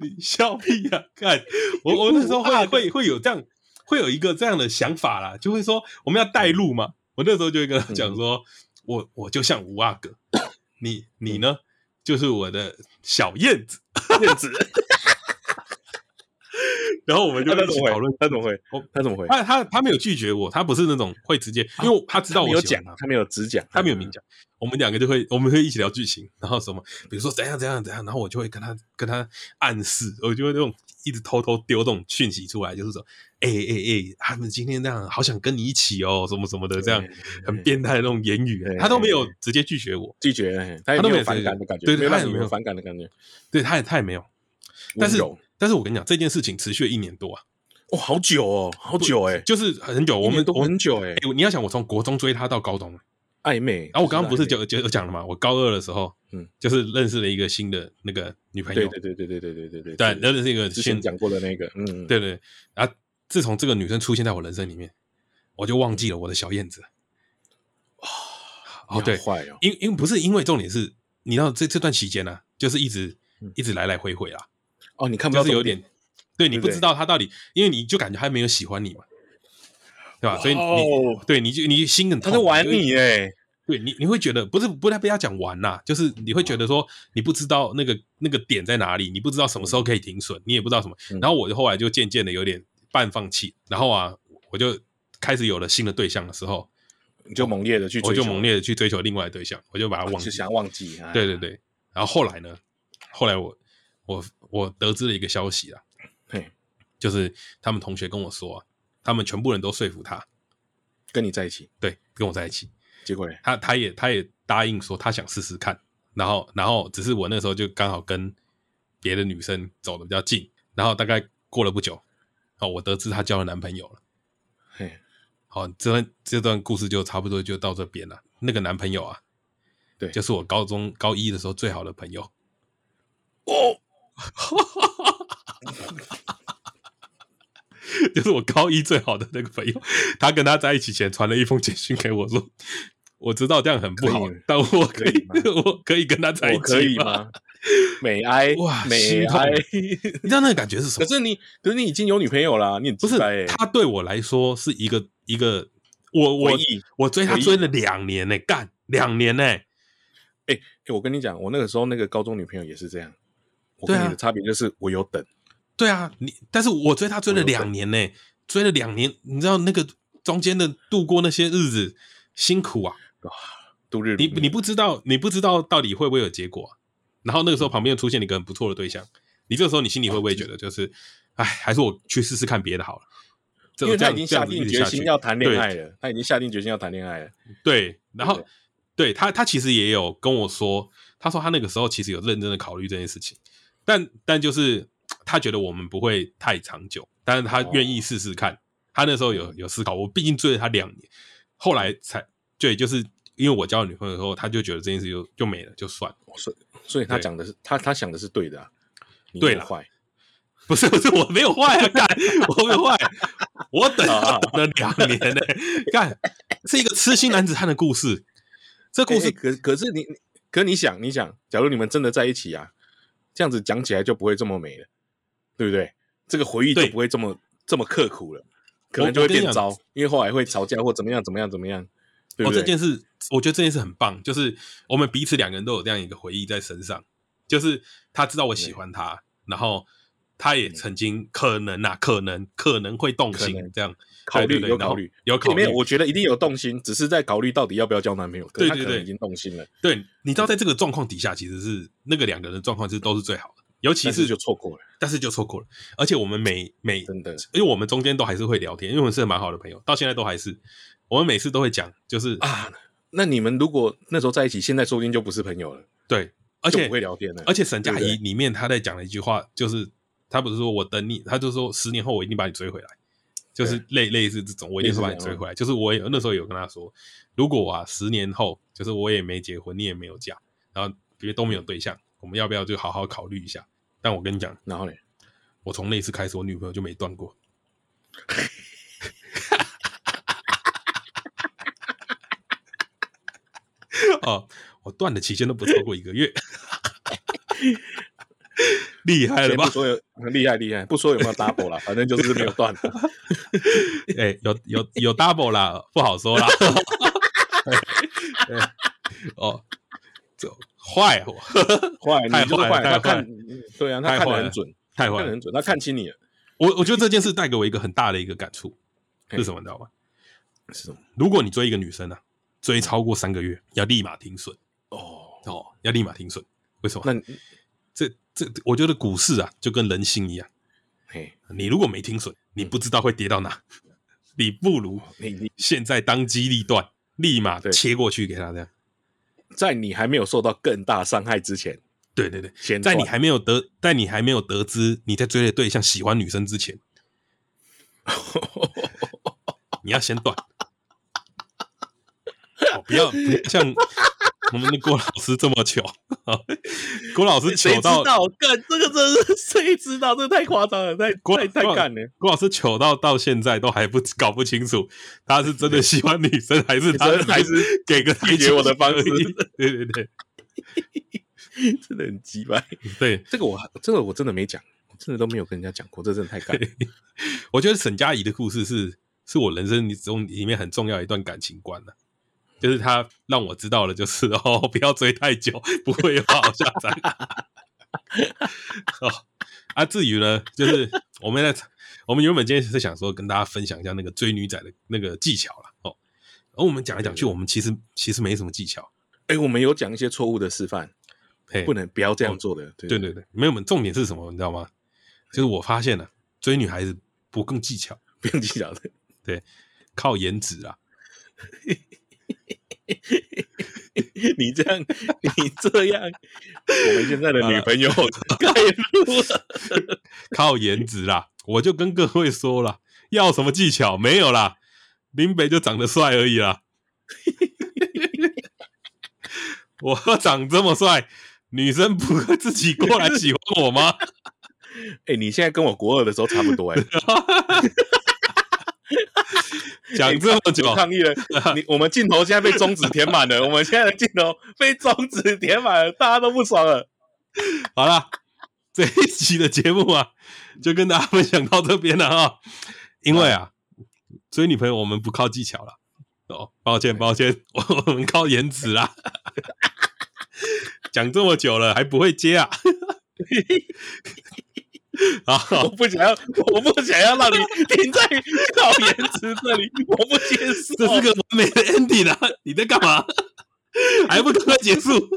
Speaker 2: 你笑屁呀、看我我那时候
Speaker 1: 五阿
Speaker 2: 会
Speaker 1: 哥
Speaker 2: 会会有这样，会有一个这样的想法啦，就会说我们要带路嘛。我那时候就会跟他讲说，我我就像五阿哥，你你呢，就是我的小燕子。
Speaker 1: 燕子，然后我们就
Speaker 2: 他
Speaker 1: 一
Speaker 2: 怎
Speaker 1: 起
Speaker 2: 么回
Speaker 1: 讨论，
Speaker 2: 他
Speaker 1: (laughs) 他
Speaker 2: 怎
Speaker 1: 怎
Speaker 2: 么
Speaker 1: 么会
Speaker 2: 我？
Speaker 1: 他怎么会？
Speaker 2: 他他他没有拒绝我，他不是那种会直接，因为他知道
Speaker 1: 没
Speaker 2: 我
Speaker 1: 有
Speaker 2: 喜
Speaker 1: 讲
Speaker 2: 欢他，，
Speaker 1: 啊他没嗯有只讲，
Speaker 2: 啊他没有明讲，我们两个就会我们会一起聊剧情，然后什么，比如说怎样怎样怎样，然后我就会跟他跟他暗示，我就会那种一直偷偷丢这种讯息出来，就是说，哎哎哎，他们今天这样，好想跟你一起哦，什么什么的，这样
Speaker 1: 对
Speaker 2: 很变态的那种言语
Speaker 1: 对，
Speaker 2: 他都没有直接拒绝我，
Speaker 1: 哎拒绝，哎他也
Speaker 2: 他都
Speaker 1: 没
Speaker 2: 没
Speaker 1: 有
Speaker 2: 有
Speaker 1: 反
Speaker 2: 拒绝
Speaker 1: 感的感觉，
Speaker 2: 对
Speaker 1: 没有
Speaker 2: 他
Speaker 1: 让
Speaker 2: 也
Speaker 1: 你
Speaker 2: 没
Speaker 1: 有
Speaker 2: 有
Speaker 1: 反感的感觉，
Speaker 2: 对他也他也没有，但
Speaker 1: 温
Speaker 2: 是
Speaker 1: 柔
Speaker 2: 但是我跟你讲，这件事情持续了一年多啊，
Speaker 1: 哇，好久哦，好久哎，
Speaker 2: 就是很久，我
Speaker 1: 一年
Speaker 2: 们
Speaker 1: 多
Speaker 2: 我
Speaker 1: 很久哎，
Speaker 2: 哎你要想，我从国中追他到高中，啊
Speaker 1: 暧昧。
Speaker 2: 然后我刚刚不是
Speaker 1: 就
Speaker 2: 就就有讲了嘛，我高二的时候，
Speaker 1: 嗯
Speaker 2: 嗯，就是认识了一个新的那个女朋
Speaker 1: 暧昧
Speaker 2: 友，
Speaker 1: 对对对对对对对对
Speaker 2: 对，
Speaker 1: 对，
Speaker 2: 认识一个
Speaker 1: 之
Speaker 2: 现
Speaker 1: 前，讲过的那个，嗯，
Speaker 2: 对对，然后自从这个女生出现在我人生里面，我就忘记了我的小燕子。
Speaker 1: 你好
Speaker 2: 哦，对，
Speaker 1: 坏哦，
Speaker 2: 因因为不是因为重点是，你知道这这段期间呢、就是一直
Speaker 1: 嗯
Speaker 2: 一直来来回回啦，
Speaker 1: 哦，你看不
Speaker 2: 就
Speaker 1: 到
Speaker 2: 是有
Speaker 1: 重
Speaker 2: 点，对你
Speaker 1: 对不
Speaker 2: 不
Speaker 1: 对
Speaker 2: 知道她到底，因为你就感觉她没有喜欢你嘛，对吧？所以
Speaker 1: 哇
Speaker 2: 你
Speaker 1: 哦，
Speaker 2: 对你就你心很
Speaker 1: 他
Speaker 2: 痛，
Speaker 1: 在玩
Speaker 2: 就会
Speaker 1: 你哎，
Speaker 2: 对你，你会觉得不是不太被他讲完啦、就是你会觉得说你不知道那个那个点在哪里，你不知道什么时候可以停损，你也不知道什么
Speaker 1: 嗯。
Speaker 2: 然后我就后来就渐渐的有点半放弃，然后啊，我就开始有了新的对象的时候，
Speaker 1: 你就猛烈的去追
Speaker 2: 我
Speaker 1: 求，啊
Speaker 2: 就猛烈的去追求另外的对象，我就把他忘
Speaker 1: 就
Speaker 2: 记。
Speaker 1: 想忘记，哎
Speaker 2: 对对，对，然后后来呢？后来我我我得知了一个消息啊，
Speaker 1: 嘿，
Speaker 2: 就是他们同学跟我说、啊，他们全部人都说服他，
Speaker 1: 跟你在一起，
Speaker 2: 对，跟我在一起。
Speaker 1: 结果嘞
Speaker 2: 他他也他也答应说他想试试看，然后然后只是我那时候就刚好跟别的女生走的比较近，然后大概过了不久，哦，我得知她交了男朋友了。
Speaker 1: 嘿，
Speaker 2: 好、这段这段故事就差不多就到这边了。那个男朋友啊，
Speaker 1: 对
Speaker 2: 就是我高中高一的时候最好的朋友。
Speaker 1: 哦，
Speaker 2: (laughs) 就是我高一最好的那个朋友，他跟他在一起前传了一封简讯给我说，我知道这样很不好
Speaker 1: 可以吗，
Speaker 2: 但我可以
Speaker 1: 可以
Speaker 2: (laughs) 我可以跟他在一
Speaker 1: 我
Speaker 2: 起
Speaker 1: 可以？吗？美哀
Speaker 2: (laughs) 哇，
Speaker 1: 美
Speaker 2: 心痛
Speaker 1: 哀。
Speaker 2: 你知道那个感觉是什
Speaker 1: (laughs) 可？
Speaker 2: 么
Speaker 1: 是你，可是你已经有女朋友啦，你很
Speaker 2: 不是
Speaker 1: 直白欸
Speaker 2: 他对我来说是一个一个，我
Speaker 1: 回
Speaker 2: 我
Speaker 1: 忆。
Speaker 2: 我追他
Speaker 1: 回忆
Speaker 2: 追了两年呢、干两年呢、
Speaker 1: 欸我跟你讲，我那个时候那个高中女朋友也是这样。我
Speaker 2: 对
Speaker 1: 跟
Speaker 2: 啊
Speaker 1: 你的差别就是我有等，
Speaker 2: 对啊，你但是我追他追了两年呢、追了两年，你知道那个中间的度过那些日子辛苦啊，
Speaker 1: 度日如
Speaker 2: 你
Speaker 1: 年
Speaker 2: 你不知道你不知道到底会不会有结果啊、然后那个
Speaker 1: 嗯
Speaker 2: 时候旁边又出现了一个很不错的对象，你这个时候你心里会
Speaker 1: 啊
Speaker 2: 不会觉得就是，哎，还是我去试试看别的好了？这
Speaker 1: 因为
Speaker 2: 这
Speaker 1: 他
Speaker 2: 样
Speaker 1: 已经
Speaker 2: 这样
Speaker 1: 下
Speaker 2: 子
Speaker 1: 定
Speaker 2: 一直
Speaker 1: 决
Speaker 2: 下去
Speaker 1: 心要谈恋爱了，他已经下定决心要谈恋爱了。
Speaker 2: 对，然后
Speaker 1: 对
Speaker 2: 对他，他其实也有跟我说，他说他那个时候其实有认真的考虑这件事情，但但就是他觉得我们不会太长久，但是他愿意试试看。他那时候有有思考，我毕竟追了他两年，后来才对，就是因为我交了女朋友之后，他就觉得这件事就就没了，就算了。 (laughs)
Speaker 1: 所以他
Speaker 2: 对
Speaker 1: 讲的是他他想的是对的、啊，你
Speaker 2: 对
Speaker 1: 又
Speaker 2: 啦
Speaker 1: 坏
Speaker 2: 不是不是，我没有坏啊，干，我没有坏，我等他等了两年呢、干，是一个痴心男子汉的故事。这故
Speaker 1: 故事。
Speaker 2: 事
Speaker 1: 可可是你，你可你想你想，假如你们真的在一起啊，这样子讲起来就不会这么美了，对不对？这个回忆就
Speaker 2: 对
Speaker 1: 不会这么这么刻苦了，可
Speaker 2: 我
Speaker 1: 能就会
Speaker 2: 我跟你
Speaker 1: 变
Speaker 2: 讲
Speaker 1: 糟，因为后来会吵架或怎么样怎么样怎么样，对不
Speaker 2: 哦，
Speaker 1: 对？
Speaker 2: 这件事，我觉得这件事很棒，就是我们彼此两个人都有这样一个回忆在身上，就是他知道我喜欢他，然后他也曾经可能啊，可能可能会动
Speaker 1: 可能
Speaker 2: 心，这样
Speaker 1: 考虑
Speaker 2: 对对对
Speaker 1: 有考虑
Speaker 2: 然后有考
Speaker 1: 没
Speaker 2: 虑
Speaker 1: 有？。我觉得一定有动心，只是在考虑到底要不要交男朋友。可是他
Speaker 2: 对对
Speaker 1: 可能
Speaker 2: 对
Speaker 1: 已经动心了，
Speaker 2: 对，你知道，在这个状况底下，其实是那个两个人的状况是都是最好的，尤其
Speaker 1: 但
Speaker 2: 是
Speaker 1: 是就错过了，
Speaker 2: 但是就错过了，而且我们每每
Speaker 1: 真的
Speaker 2: 因为我们中间都还是会聊天，因为我们是蛮好的朋友，到现在都还是，我们每次都会讲，就是、
Speaker 1: 啊。那你们如果那时候在一起，现在说不定就不是朋友了，
Speaker 2: 对，而
Speaker 1: 就
Speaker 2: 且
Speaker 1: 不会聊天了。
Speaker 2: 而且沈佳
Speaker 1: 对不对
Speaker 2: 宜里面他在讲了一句话，就是他不是说我等你，他就说十年后我一定把你追回来，就是类类似这种，我一定会把你追回来。就是我也那时候有跟他说，如果啊十年后就是我也没结婚，你也没有嫁，然后别都没有对象，我们要不要就好好考虑一下？但我跟你讲，
Speaker 1: 然后呢？
Speaker 2: 我从那次开始，我女朋友就没断过。 (laughs) 哦，我断的期间都不超过一个月， (laughs) 厉害了
Speaker 1: 先不
Speaker 2: 哎吧？
Speaker 1: 说有很厉害厉害，不说有没有 double 啦，反正就是没有断。
Speaker 2: 哎、有有有 double 啦，不好说啦。哎哎哦，这坏我，
Speaker 1: 坏，你
Speaker 2: 太
Speaker 1: 就是
Speaker 2: 坏
Speaker 1: 他
Speaker 2: 了太坏
Speaker 1: 看，对啊，他
Speaker 2: 太
Speaker 1: 看
Speaker 2: 坏
Speaker 1: 得
Speaker 2: 了
Speaker 1: 很准，
Speaker 2: 太
Speaker 1: 看
Speaker 2: 坏
Speaker 1: 得
Speaker 2: 了
Speaker 1: 很准，他看清你了。
Speaker 2: 我我觉得这件事带给我一个很大的一个感触
Speaker 1: 嘿
Speaker 2: 是什么，你知道吗？
Speaker 1: 是什么？
Speaker 2: 如果你追一个女生啊，追超过三个月，要立马停损
Speaker 1: 哦，
Speaker 2: 哦，要立马停损。为什么？
Speaker 1: 那你
Speaker 2: 这这，我觉得股市啊，就跟人性一样，
Speaker 1: 嘿，
Speaker 2: 你如果没停损，你
Speaker 1: 嗯
Speaker 2: 不知道会跌到哪， (laughs) 你不如
Speaker 1: 你你
Speaker 2: 现在当机立断，立马
Speaker 1: 对
Speaker 2: 切过去给他这样。
Speaker 1: 在你还没有受到更大伤害之前，
Speaker 2: 对对对，
Speaker 1: 先
Speaker 2: 在你
Speaker 1: 断
Speaker 2: 还没有得，在你还没有得知你在追的对象喜欢女生
Speaker 1: (laughs)
Speaker 2: 之前，你要先断。哦不要不要像我们的郭老师这么糗， (laughs) 郭老师
Speaker 1: 谁
Speaker 2: 糗
Speaker 1: 知
Speaker 2: 到
Speaker 1: 道？干这个真的是谁知道？这太夸张了， (laughs) 太
Speaker 2: 郭
Speaker 1: 太太干了！
Speaker 2: 郭老师糗到到现在都还不搞不清楚，他是真的喜欢女生，还是他
Speaker 1: (laughs) 真的还是
Speaker 2: 给个
Speaker 1: 解决我的方式
Speaker 2: 而已？ (laughs) 对对对
Speaker 1: 真的很鸡掰。
Speaker 2: 对，
Speaker 1: (laughs) 这个我这个我真的没讲，我真的都没有跟人家讲过，这真的太干了。
Speaker 2: 我觉得沈佳宜的故事是是我人生中里面很重要一段感情观的、就是他让我知道了，就是 (laughs) 哦，不要追太久，不会有好下场。 (laughs) 哦啊，至于呢，就是我们在我们原本今天是想说跟大家分享一下那个追女仔的那个技巧啦。哦。而我们讲来讲去，我们其实其实没什么技巧，
Speaker 1: (laughs) 哎，我们有讲一些错误的示范，
Speaker 2: 嘿
Speaker 1: 不能不要这样做的。哦对
Speaker 2: 对对对，没有。重点是什么，你知道吗？就是我发现了、追女孩子不更技巧，
Speaker 1: 不用计较的。 (laughs)
Speaker 2: 靠颜值啊。
Speaker 1: 你这样， (laughs) 你这 (laughs) 样，我们现在的女朋友 (laughs) 盖住了。
Speaker 2: (laughs) 靠颜值啦，我就跟各位说了，要什么技巧没有啦，林北就长得帅而已啦。 (laughs) 我长这么帅，女生不会自己过来喜欢我吗？
Speaker 1: 哎，你现在跟我国二的时候差不多哎。
Speaker 2: 讲这么久
Speaker 1: 就，抗议了。你我们镜头现在被中指填满了，我们现在的镜头被中指填满了，大家都不爽了。
Speaker 2: 好啦，这一期的节目啊，就跟大家分享到这边了啊。因为啊，追女朋友我们不靠技巧了，哦，抱歉抱歉， (laughs) 我我们靠颜值啦。 (laughs) 讲这么久了还不会接啊？ (laughs)
Speaker 1: 我
Speaker 2: 好，
Speaker 1: 不想要，我不想要让你停在靠颜值这里，我不接受。
Speaker 2: 这是个完美的 ending 啦、啊！你在干嘛？还不赶快结束？ (laughs)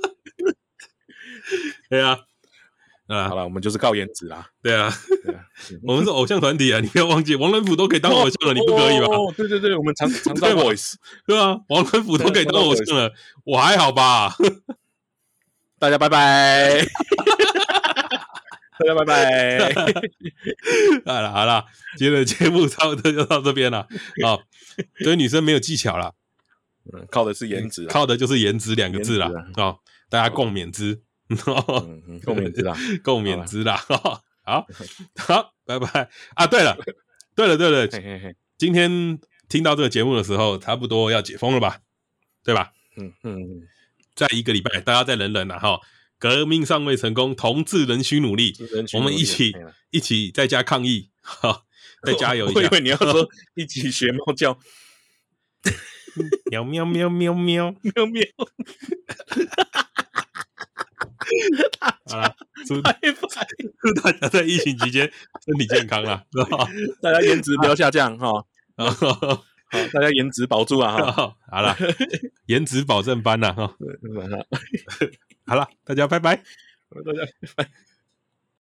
Speaker 2: 对啊，啊
Speaker 1: 好，了，我们就是靠颜值啦。
Speaker 2: 对啊，
Speaker 1: 对啊
Speaker 2: 我们是偶像团体啊，你不要忘记，王仁甫都可以当偶像了，你不可以吧？
Speaker 1: 哦，对对对，我们常常在
Speaker 2: 对吧
Speaker 1: voice，
Speaker 2: 对啊，王仁甫都可以当偶像了，我还好吧？ (laughs)
Speaker 1: 大家拜拜，大家拜拜。
Speaker 2: 好了哎好了，今天的节目差不多就到这边
Speaker 1: (laughs)
Speaker 2: 了啊。所以女生没有技巧啦，
Speaker 1: 嗯靠的是颜值啦，
Speaker 2: 靠的就是颜值两个字啦
Speaker 1: 颜
Speaker 2: 啊，大家共勉之， (laughs) 哦
Speaker 1: 嗯，嗯靠颜值啦。
Speaker 2: 共勉之啦。 (laughs) 哦
Speaker 1: (laughs)
Speaker 2: 好好，拜拜啊！对了对了对
Speaker 1: 嘿
Speaker 2: 了，
Speaker 1: 嘿嘿，
Speaker 2: 今天听到这个节目的时候，差不多要解封了吧？对吧？
Speaker 1: 嗯嗯，
Speaker 2: 在一个礼拜，大家再忍忍啦哈。革命尚未成功，同志仍需努力。我们一起一起在家抗议，哈，
Speaker 1: (laughs)
Speaker 2: 再加 (laughs) 油一
Speaker 1: 我以
Speaker 2: 下！
Speaker 1: 为你要说一起学猫叫，
Speaker 2: 喵喵喵喵喵！
Speaker 1: 喵喵。
Speaker 2: 啊，祝
Speaker 1: 拜拜，
Speaker 2: 祝大家在疫情期间身体健康 (laughs) 啦！
Speaker 1: (laughs) 大家颜值不要下降哈、
Speaker 2: 好
Speaker 1: 好，大家颜值保住啊哈。
Speaker 2: (laughs) 好啦，颜值保证班啦哈！
Speaker 1: 对，晚上
Speaker 2: 好啦，大家拜拜。
Speaker 1: (laughs) 大家拜拜。